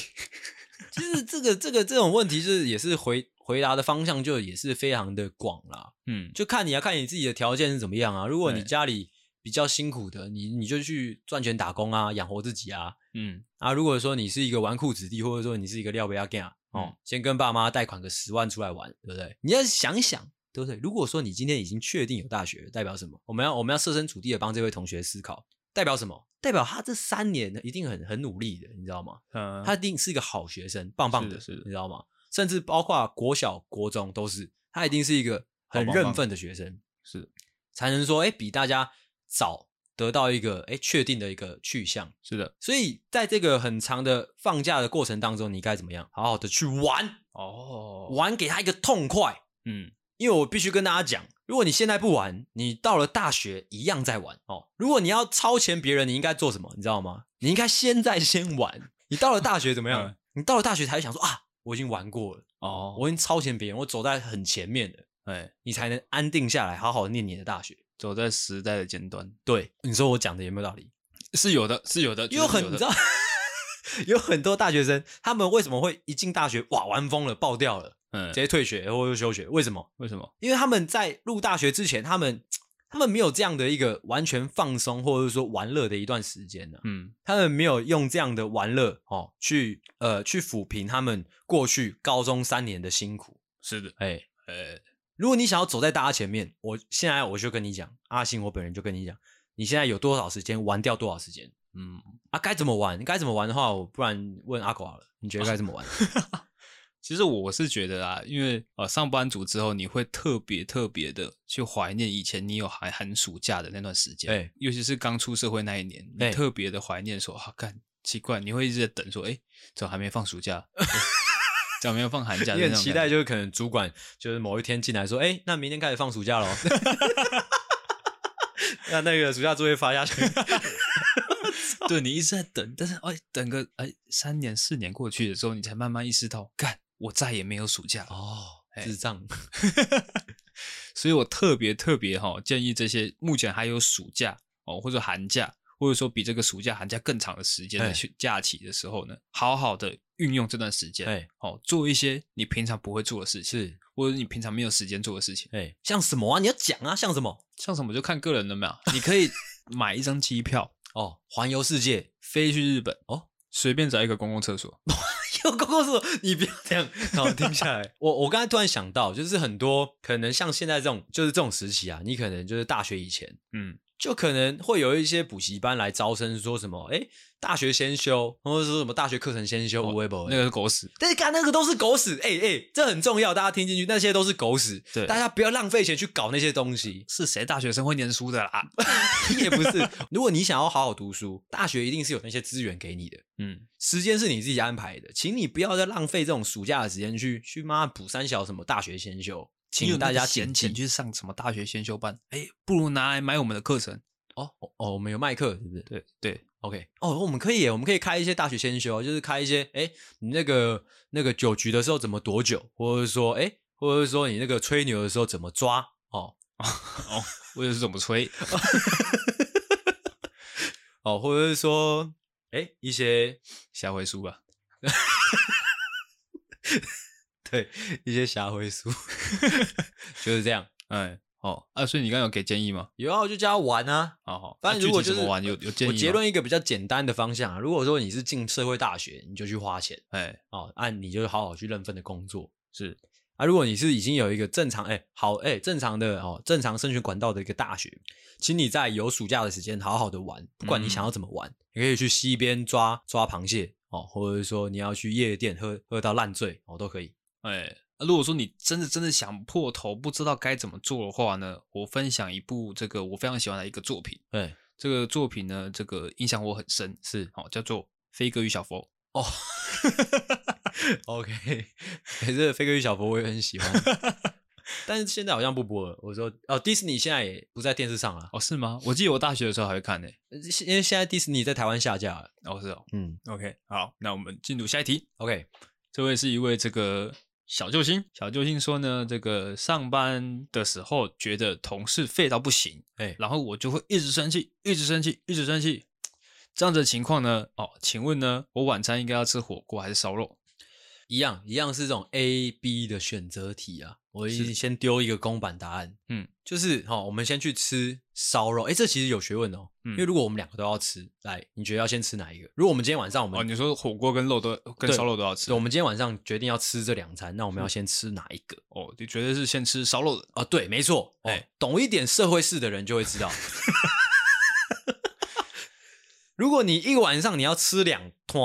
Speaker 2: 就是这个这个这种问题，就是也是回回答的方向就也是非常的广啦。
Speaker 1: 嗯
Speaker 2: 就看你要啊看你自己的条件是怎么样啊。如果你
Speaker 1: 对
Speaker 2: 家里比较辛苦的，你你就去赚钱打工啊，养活自己啊
Speaker 1: 嗯
Speaker 2: 啊。如果说你是一个纨绔子弟，或者说你是一个廖不亚 g 啊，哦，
Speaker 1: 嗯
Speaker 2: 先跟爸妈贷款个十万出来玩，对不对？你要想想，对不对？如果说你今天已经确定有大学，代表什么？我们要我们要设身处地的帮这位同学思考，代表什么？代表他这三年一定很很努力的，你知道吗？
Speaker 1: 嗯，
Speaker 2: 他一定是一个好学生，棒棒的，
Speaker 1: 是的是的
Speaker 2: 你知道吗？甚至包括国小、国中都是，他一定是一个很
Speaker 1: 好棒棒
Speaker 2: 认份的学生，
Speaker 1: 是
Speaker 2: 才能说，哎、比大家早得到一个，哎、确定的一个去向。
Speaker 1: 是的，
Speaker 2: 所以在这个很长的放假的过程当中，你该怎么样？好好的去玩，
Speaker 1: 哦，
Speaker 2: 玩给他一个痛快。
Speaker 1: 嗯，
Speaker 2: 因为我必须跟大家讲，如果你现在不玩，你到了大学一样在玩哦。如果你要超前别人，你应该做什么？你知道吗？你应该现在先玩。你到了大学怎么样？
Speaker 1: 嗯
Speaker 2: 你到了大学才会想说啊，我已经玩过了，
Speaker 1: 哦，
Speaker 2: 我已经超前别人，我走在很前面了，
Speaker 1: 哎，
Speaker 2: 你才能安定下来，好好念你的大学。
Speaker 1: 走在时代的尖端
Speaker 2: 对，你说我讲的有没有道理？
Speaker 1: 是有的，是有的，
Speaker 2: 因为
Speaker 1: 绝对是
Speaker 2: 很
Speaker 1: 有
Speaker 2: 你
Speaker 1: 的
Speaker 2: 知道， 有很多大学生，他们为什么会一进大学哇玩疯了，爆掉了，
Speaker 1: 嗯
Speaker 2: 直，接退学或者休学？为什么？
Speaker 1: 为什么？
Speaker 2: 因为他们在入大学之前，他们他们没有这样的一个完全放松或者说玩乐的一段时间呢、
Speaker 1: 嗯，
Speaker 2: 他们没有用这样的玩乐哦去呃去抚平他们过去高中三年的辛苦。
Speaker 1: 是的，
Speaker 2: 哎，
Speaker 1: 呃，
Speaker 2: 如果你想要走在大家前面，我现在我就跟你讲，阿信，我本人就跟你讲，你现在有多少时间玩掉多少时间
Speaker 1: 嗯，
Speaker 2: 啊？该怎么玩？该怎么玩的话，我不然问阿狗好了，你觉得该怎么玩？
Speaker 1: 其实我是觉得啊，因为呃上班族之后，你会特别特别的去怀念以前你有寒寒暑假的那段时间，
Speaker 2: 哎
Speaker 1: 尤其是刚出社会那一年，
Speaker 2: 哎
Speaker 1: 你特别的怀念说啊，干奇怪，你会一直在等说，哎，怎么还没放暑 假？哎怎么没有放寒假？
Speaker 2: 你很期待，
Speaker 1: 就
Speaker 2: 就是可能主管就是某一天进来说，哎、那明天开始放暑假喽。 那那个暑假作业发下去，
Speaker 1: 对你一直在等，但是哎，等个哎三年四年过去的时候，你才慢慢意识到，干，我再也没有暑假了。
Speaker 2: 哦，
Speaker 1: 哎
Speaker 2: 智障，
Speaker 1: 所以我特别特别哈、建议这些目前还有暑假哦，或者寒假，或者说比这个暑假、寒假更长的时间
Speaker 2: 哎
Speaker 1: 的去假期的时候呢，好好的运用这段时间，
Speaker 2: 哎
Speaker 1: 哦，做一些你平常不会做的事情，
Speaker 2: 是
Speaker 1: 或者你平常没有时间做的事情。
Speaker 2: 哎，像什么啊？你要讲啊，像什么？
Speaker 1: 像什么就看个人了没有，你可以买一张机票
Speaker 2: 哦，环游世界，
Speaker 1: 飞去日本
Speaker 2: 哦，
Speaker 1: 随便找一个公共厕所，
Speaker 2: 有公共厕所，你不要这样，好，停下 来。我我刚才突然想到，就是很多可能像现在这种，就是这种时期啊，你可能就是大学以前，
Speaker 1: 嗯，
Speaker 2: 就可能会有一些补习班来招生，说什么，哎，大学先修，或者说什么大学课程先修，无微不
Speaker 1: 那个是狗屎，
Speaker 2: 但是干那个都是狗屎，哎、哎、这很重要，大家听进去，那些都是狗屎，
Speaker 1: 对，
Speaker 2: 大家不要浪费钱去搞那些东西
Speaker 1: 是谁大学生会念书的啦？
Speaker 2: 也不是。如果你想要好好读书，大学一定是有那些资源给你的，
Speaker 1: 嗯，
Speaker 2: 时间是你自己安排的，请你不要再浪费这种暑假的时间去去妈补三小什么大学先修，
Speaker 1: 你
Speaker 2: 请
Speaker 1: 有那
Speaker 2: 大
Speaker 1: 个
Speaker 2: 家
Speaker 1: 闲
Speaker 2: 谨
Speaker 1: 钱
Speaker 2: 记
Speaker 1: 去上什么大学先修班，哎，不如拿来买我们的课程。
Speaker 2: 哦哦哦，我们有麦克是不是
Speaker 1: 对对，
Speaker 2: ？OK，哦，我们可以耶，我们可以开一些大学先修，就是开一些，哎、你那个那个酒局的时候怎么躲酒，或者是说，哎、或者是说你那个吹牛的时候怎么抓，哦，
Speaker 1: 哦，我也是怎么吹？
Speaker 2: 哦，或者是说，哎，一些
Speaker 1: 下回书吧。
Speaker 2: 对一些霞灰书， 就是这样。
Speaker 1: 哎，哦，啊，所以你刚刚有给建议吗？
Speaker 2: 有啊，我就叫他玩啊。
Speaker 1: 好好，
Speaker 2: 当
Speaker 1: 那
Speaker 2: 然，
Speaker 1: 具
Speaker 2: 如果
Speaker 1: 体
Speaker 2: 就是
Speaker 1: 怎么玩有有建议
Speaker 2: 我
Speaker 1: 吗
Speaker 2: 结，论一个比较简单的方向啊。如果说你是进社会大学，你就去花钱
Speaker 1: 哎，
Speaker 2: 哦，按、你就好好去认份的工作
Speaker 1: 是
Speaker 2: 啊。如果你是已经有一个正常哎好哎正常的哦正常升学管道的一个大学，请你在有暑假的时间好好的玩，不管你想要
Speaker 1: 嗯
Speaker 2: 怎么玩，你可以去溪边抓抓螃蟹哦，或者是说你要去夜店喝喝到烂醉哦都可以。
Speaker 1: 哎。啊如果说你真的真的想破头不知道该怎么做的话呢，我分享一部这个我非常喜欢的一个作品。
Speaker 2: 对，
Speaker 1: 这个作品呢，这个影响我很深，
Speaker 2: 是
Speaker 1: 好、叫做《飞哥与小佛》。
Speaker 2: 哦，OK，可 是《飞哥与小佛》我也很喜 欢，但是现在好像不播了。我说哦，迪士尼现在也不在电视上了，
Speaker 1: 哦，是吗？我记得我大学的时候还会看呢、
Speaker 2: 呃因为现在迪士尼在台湾下架了。
Speaker 1: 哦，是哦。
Speaker 2: 嗯
Speaker 1: OK，好，那我们进入下一题。
Speaker 2: ，OK，
Speaker 1: 这位是一位这个小救星，小救星说呢，这个上班的时候觉得同事废到不行，
Speaker 2: 哎、
Speaker 1: 然后我就会一直生气，一直生气，一直生气。这样子的情况呢，哦，请问呢，我晚餐应该要吃火锅还是烧肉？
Speaker 2: 一样一样是这种 A、B 的选择题啊。我已
Speaker 1: 是
Speaker 2: 经先丢一个公版答案，
Speaker 1: 嗯，
Speaker 2: 就是哦，我们先去吃烧肉，哎、这其实有学问哦，
Speaker 1: 嗯
Speaker 2: 因为如果我们两个都要吃，来，你觉得要先吃哪一个？如果我们今天晚上我们
Speaker 1: 哦，你说火锅跟肉都跟
Speaker 2: 对
Speaker 1: 烧肉都要吃
Speaker 2: 对，我们今天晚上决定要吃这两餐，那我们要先吃哪一个？
Speaker 1: 哦，你绝对是先吃烧肉的。
Speaker 2: 哦，对，没错，哎、
Speaker 1: 哎
Speaker 2: 懂一点社会事的人就会知道，如果你一晚上你要吃两摊，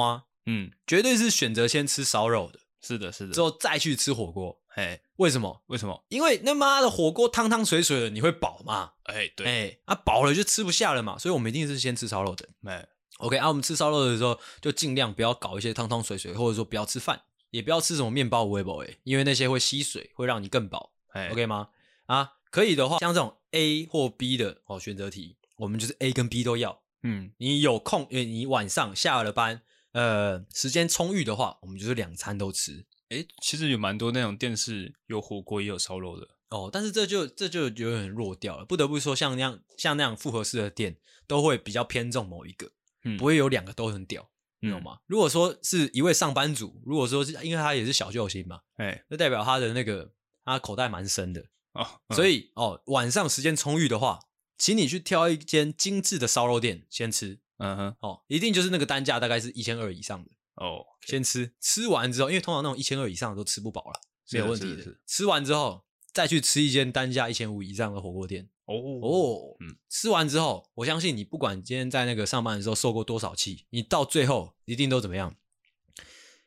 Speaker 1: 嗯，
Speaker 2: 绝对是选择先吃烧肉的，
Speaker 1: 是的，是
Speaker 2: 之
Speaker 1: 的。
Speaker 2: 后再去吃火锅。
Speaker 1: 哎，
Speaker 2: 为什么？
Speaker 1: 为什么？
Speaker 2: 因为那妈的火锅汤汤水水的，你会饱嘛？
Speaker 1: 哎，
Speaker 2: 哎、
Speaker 1: 对，
Speaker 2: 啊饱了就吃不下了嘛，所以我们一定是先吃烧肉的。
Speaker 1: 哎，
Speaker 2: OK 啊，我们吃烧肉的时候就尽量不要搞一些汤汤水水，或者说不要吃饭，也不要吃什么面包、微博哎，因为那些会吸水，会让你更饱。
Speaker 1: 哎
Speaker 2: OK 吗？啊，可以的话，像这种 A 或 B 的哦选择题，我们就是 A 跟 B 都要。
Speaker 1: 嗯，
Speaker 2: 你有空，呃，你晚上下了班，呃，时间充裕的话，我们就是两餐都吃。
Speaker 1: 哎，其实有蛮多那种店是有火锅也有烧肉的。
Speaker 2: 哦，但是这就这就有点弱掉了，不得不说，像那样像那样复合式的店，都会比较偏重某一个，
Speaker 1: 嗯
Speaker 2: 不会有两个都很屌，你懂
Speaker 1: 嗯
Speaker 2: 吗？如果说是一位上班族，如果说是因为他也是小救星嘛，
Speaker 1: 哎，
Speaker 2: 就代表他的那个他口袋蛮深的，
Speaker 1: 哦，
Speaker 2: 所
Speaker 1: 以
Speaker 2: 以哦，晚上时间充裕的话，请你去挑一间精致的烧肉店先吃
Speaker 1: 嗯哼，
Speaker 2: 哦，一定就是那个单价大概是一千二以上的，
Speaker 1: 哦，
Speaker 2: 先吃。吃完之后，因为通常那种一千二以上的都吃不饱了，
Speaker 1: 是
Speaker 2: 没有问
Speaker 1: 是
Speaker 2: 题
Speaker 1: 的是的
Speaker 2: 吃完之后再去吃一间单价一千五以上的火锅店
Speaker 1: 哦
Speaker 2: 哦。
Speaker 1: 嗯
Speaker 2: 吃完之后，我相信你不管今天在那个上班的时候受过多少气，你到最后一定都怎么样，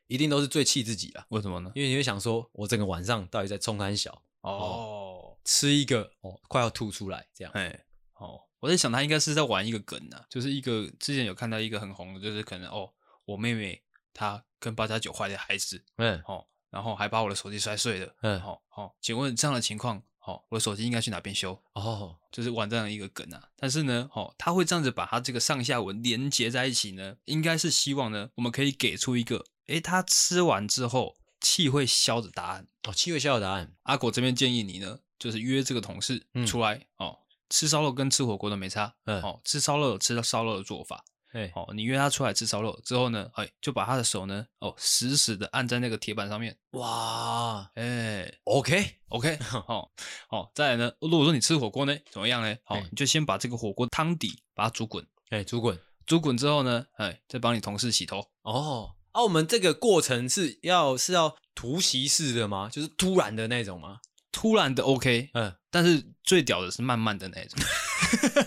Speaker 2: 一定都是最气自己了，
Speaker 1: 为什么呢？
Speaker 2: 因为你会想说，我整个晚上到底在冲三小，
Speaker 1: 哦，
Speaker 2: 吃一个哦，快要吐出来这样。
Speaker 1: 哎，哦，我在想他应该是在玩一个梗啊，就是一个之前有看到一个很红的，就是可能哦，我妹妹她跟八加九坏的孩子，
Speaker 2: 嗯，
Speaker 1: 哦，然后还把我的手机摔碎了，
Speaker 2: 嗯
Speaker 1: 好、好、请问这样的情况，好、我的手机应该去哪边修？
Speaker 2: 哦，
Speaker 1: 就是玩这样一个梗啊，但是呢，哦，他会这样子把他这个上下文连接在一起呢，应该是希望呢，我们可以给出一个，诶，他吃完之后气会消的答案。
Speaker 2: 哦，七月下的答案，
Speaker 1: 阿果这边建议你呢，就是约这个同事
Speaker 2: 嗯
Speaker 1: 出来、哦，吃烧肉跟吃火锅都没差，
Speaker 2: 嗯
Speaker 1: 哦，吃烧肉有吃烧肉的做法，
Speaker 2: 哎，
Speaker 1: 哦，你约他出来吃烧肉之后呢，哎，就把他的手呢，哦，死死的按在那个铁板上面，
Speaker 2: 哇
Speaker 1: 哎
Speaker 2: ，OK，
Speaker 1: ，OK，哦哦，再来呢，如果说你吃火锅呢，怎么样呢？哦
Speaker 2: 哎，
Speaker 1: 你就先把这个火锅汤底把它煮滚，
Speaker 2: 哎，主管，
Speaker 1: 煮滚之后呢，哎，再帮你同事洗头，
Speaker 2: 哦，啊，我们这个过程是要是要突袭式的吗？就是突然的那种吗？
Speaker 1: 突然的 OK，
Speaker 2: 嗯，
Speaker 1: 但是最屌的是慢慢的那一种，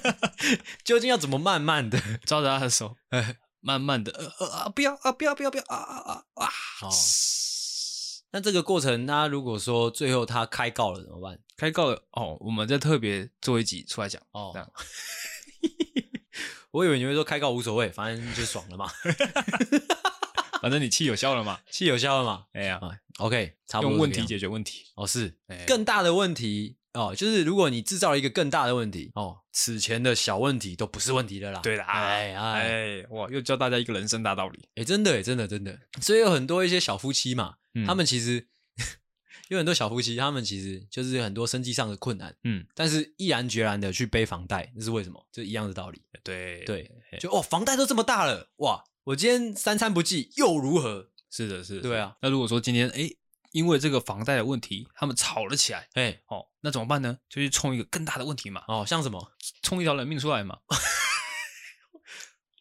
Speaker 2: 究竟要怎么慢慢的？
Speaker 1: 抓着他的手，
Speaker 2: 哎，
Speaker 1: 慢慢的，呃呃啊，不要啊，不要不要不要啊啊啊啊！
Speaker 2: 哦，
Speaker 1: 哦
Speaker 2: 那这个过程，他如果说最后他开告了怎么办？
Speaker 1: 开告了哦，我们再特别做一集出 来讲。这
Speaker 2: 哦
Speaker 1: 样，
Speaker 2: 我以为你会说开告无所谓，反正就爽了嘛，
Speaker 1: 反正你气有效了嘛？
Speaker 2: 气有效了嘛。
Speaker 1: 哎呀，
Speaker 2: 啊，OK，差不多
Speaker 1: 用
Speaker 2: 这个
Speaker 1: 问题
Speaker 2: 样
Speaker 1: 解决问题。
Speaker 2: 哦，是
Speaker 1: 哎
Speaker 2: 更大的问题哦，就是如果你制造了一个更大的问题哦，此前的小问题都不是问题的啦。
Speaker 1: 对啦，
Speaker 2: 哎哎
Speaker 1: 哎，哇，又教大家一个人生大道理。
Speaker 2: 哎，真的耶真的真的，所以有很多一些小夫妻嘛，
Speaker 1: 嗯
Speaker 2: 他们其实 有很多小夫妻，他们其实就是有很多生计上的困难，
Speaker 1: 嗯，
Speaker 2: 但是毅然决然的去背房贷，这是为什么？这一样的道理。
Speaker 1: 对
Speaker 2: 对，
Speaker 1: 哎
Speaker 2: 就哦，房贷都这么大了，哇，我今天三餐不继又如何？
Speaker 1: 是的，是的。
Speaker 2: 对啊
Speaker 1: 是的，那如果说今天哎，因为这个房贷的问题，他们吵了起来，
Speaker 2: 哎，
Speaker 1: 哦，那怎么办呢？就去冲一个更大的问题嘛，
Speaker 2: 哦，像什么？
Speaker 1: 冲一条人命出来嘛。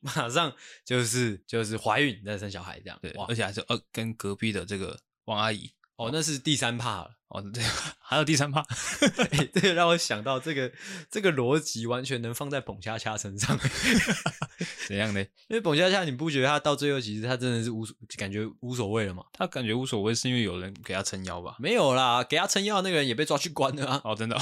Speaker 2: 马上就是就是怀孕再生小孩这样
Speaker 1: 对，，
Speaker 2: 哇
Speaker 1: 而，且还是呃跟隔壁的这个王阿姨。
Speaker 2: 哦，那是第三怕了。
Speaker 1: 哦， 对，还有第三 趴，
Speaker 2: 欸这个让我想到这个这个逻辑完全能放在彭恰恰身上，
Speaker 1: 怎样呢？
Speaker 2: 因为彭恰恰你不觉得他到最后其实他真的是无所感觉无所谓了吗？
Speaker 1: 他感觉无所谓，是因为有人给他撑腰吧？
Speaker 2: 没有啦，给他撑腰的那个人也被抓去关了啊，
Speaker 1: 哦，真的哦，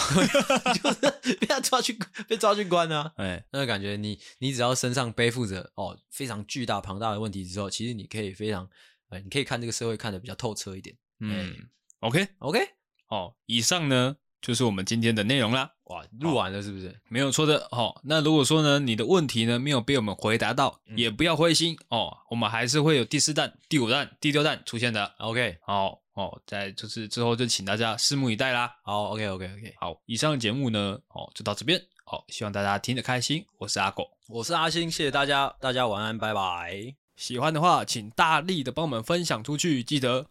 Speaker 2: 就是被他抓去被抓去关啊。
Speaker 1: 哎，
Speaker 2: 那个感觉你，你只要身上背负着哦非常巨大庞大的问题之后，其实你可以非常呃，你可以看这个社会看得比较透彻一点。
Speaker 1: 嗯，OK，
Speaker 2: OK，
Speaker 1: 哦，以上呢就是我们今天的内容啦，
Speaker 2: 哇，录完了是不是？
Speaker 1: 没有错的哦。那如果说呢你的问题呢没有被我们回答到，
Speaker 2: 嗯
Speaker 1: 也不要灰心哦，我们还是会有第四弹、第五弹、第六弹出现的。
Speaker 2: OK，
Speaker 1: 哦哦，再就是之后就请大家拭目以待啦。
Speaker 2: 好，OK，OK，OK，、
Speaker 1: 好，以上的节目呢，哦就到这边，哦，希望大家听得开心。我是阿狗，
Speaker 2: 我是阿星，谢谢大家，大家晚安，拜拜。
Speaker 1: 喜欢的话，请大力的帮我们分享出去。记得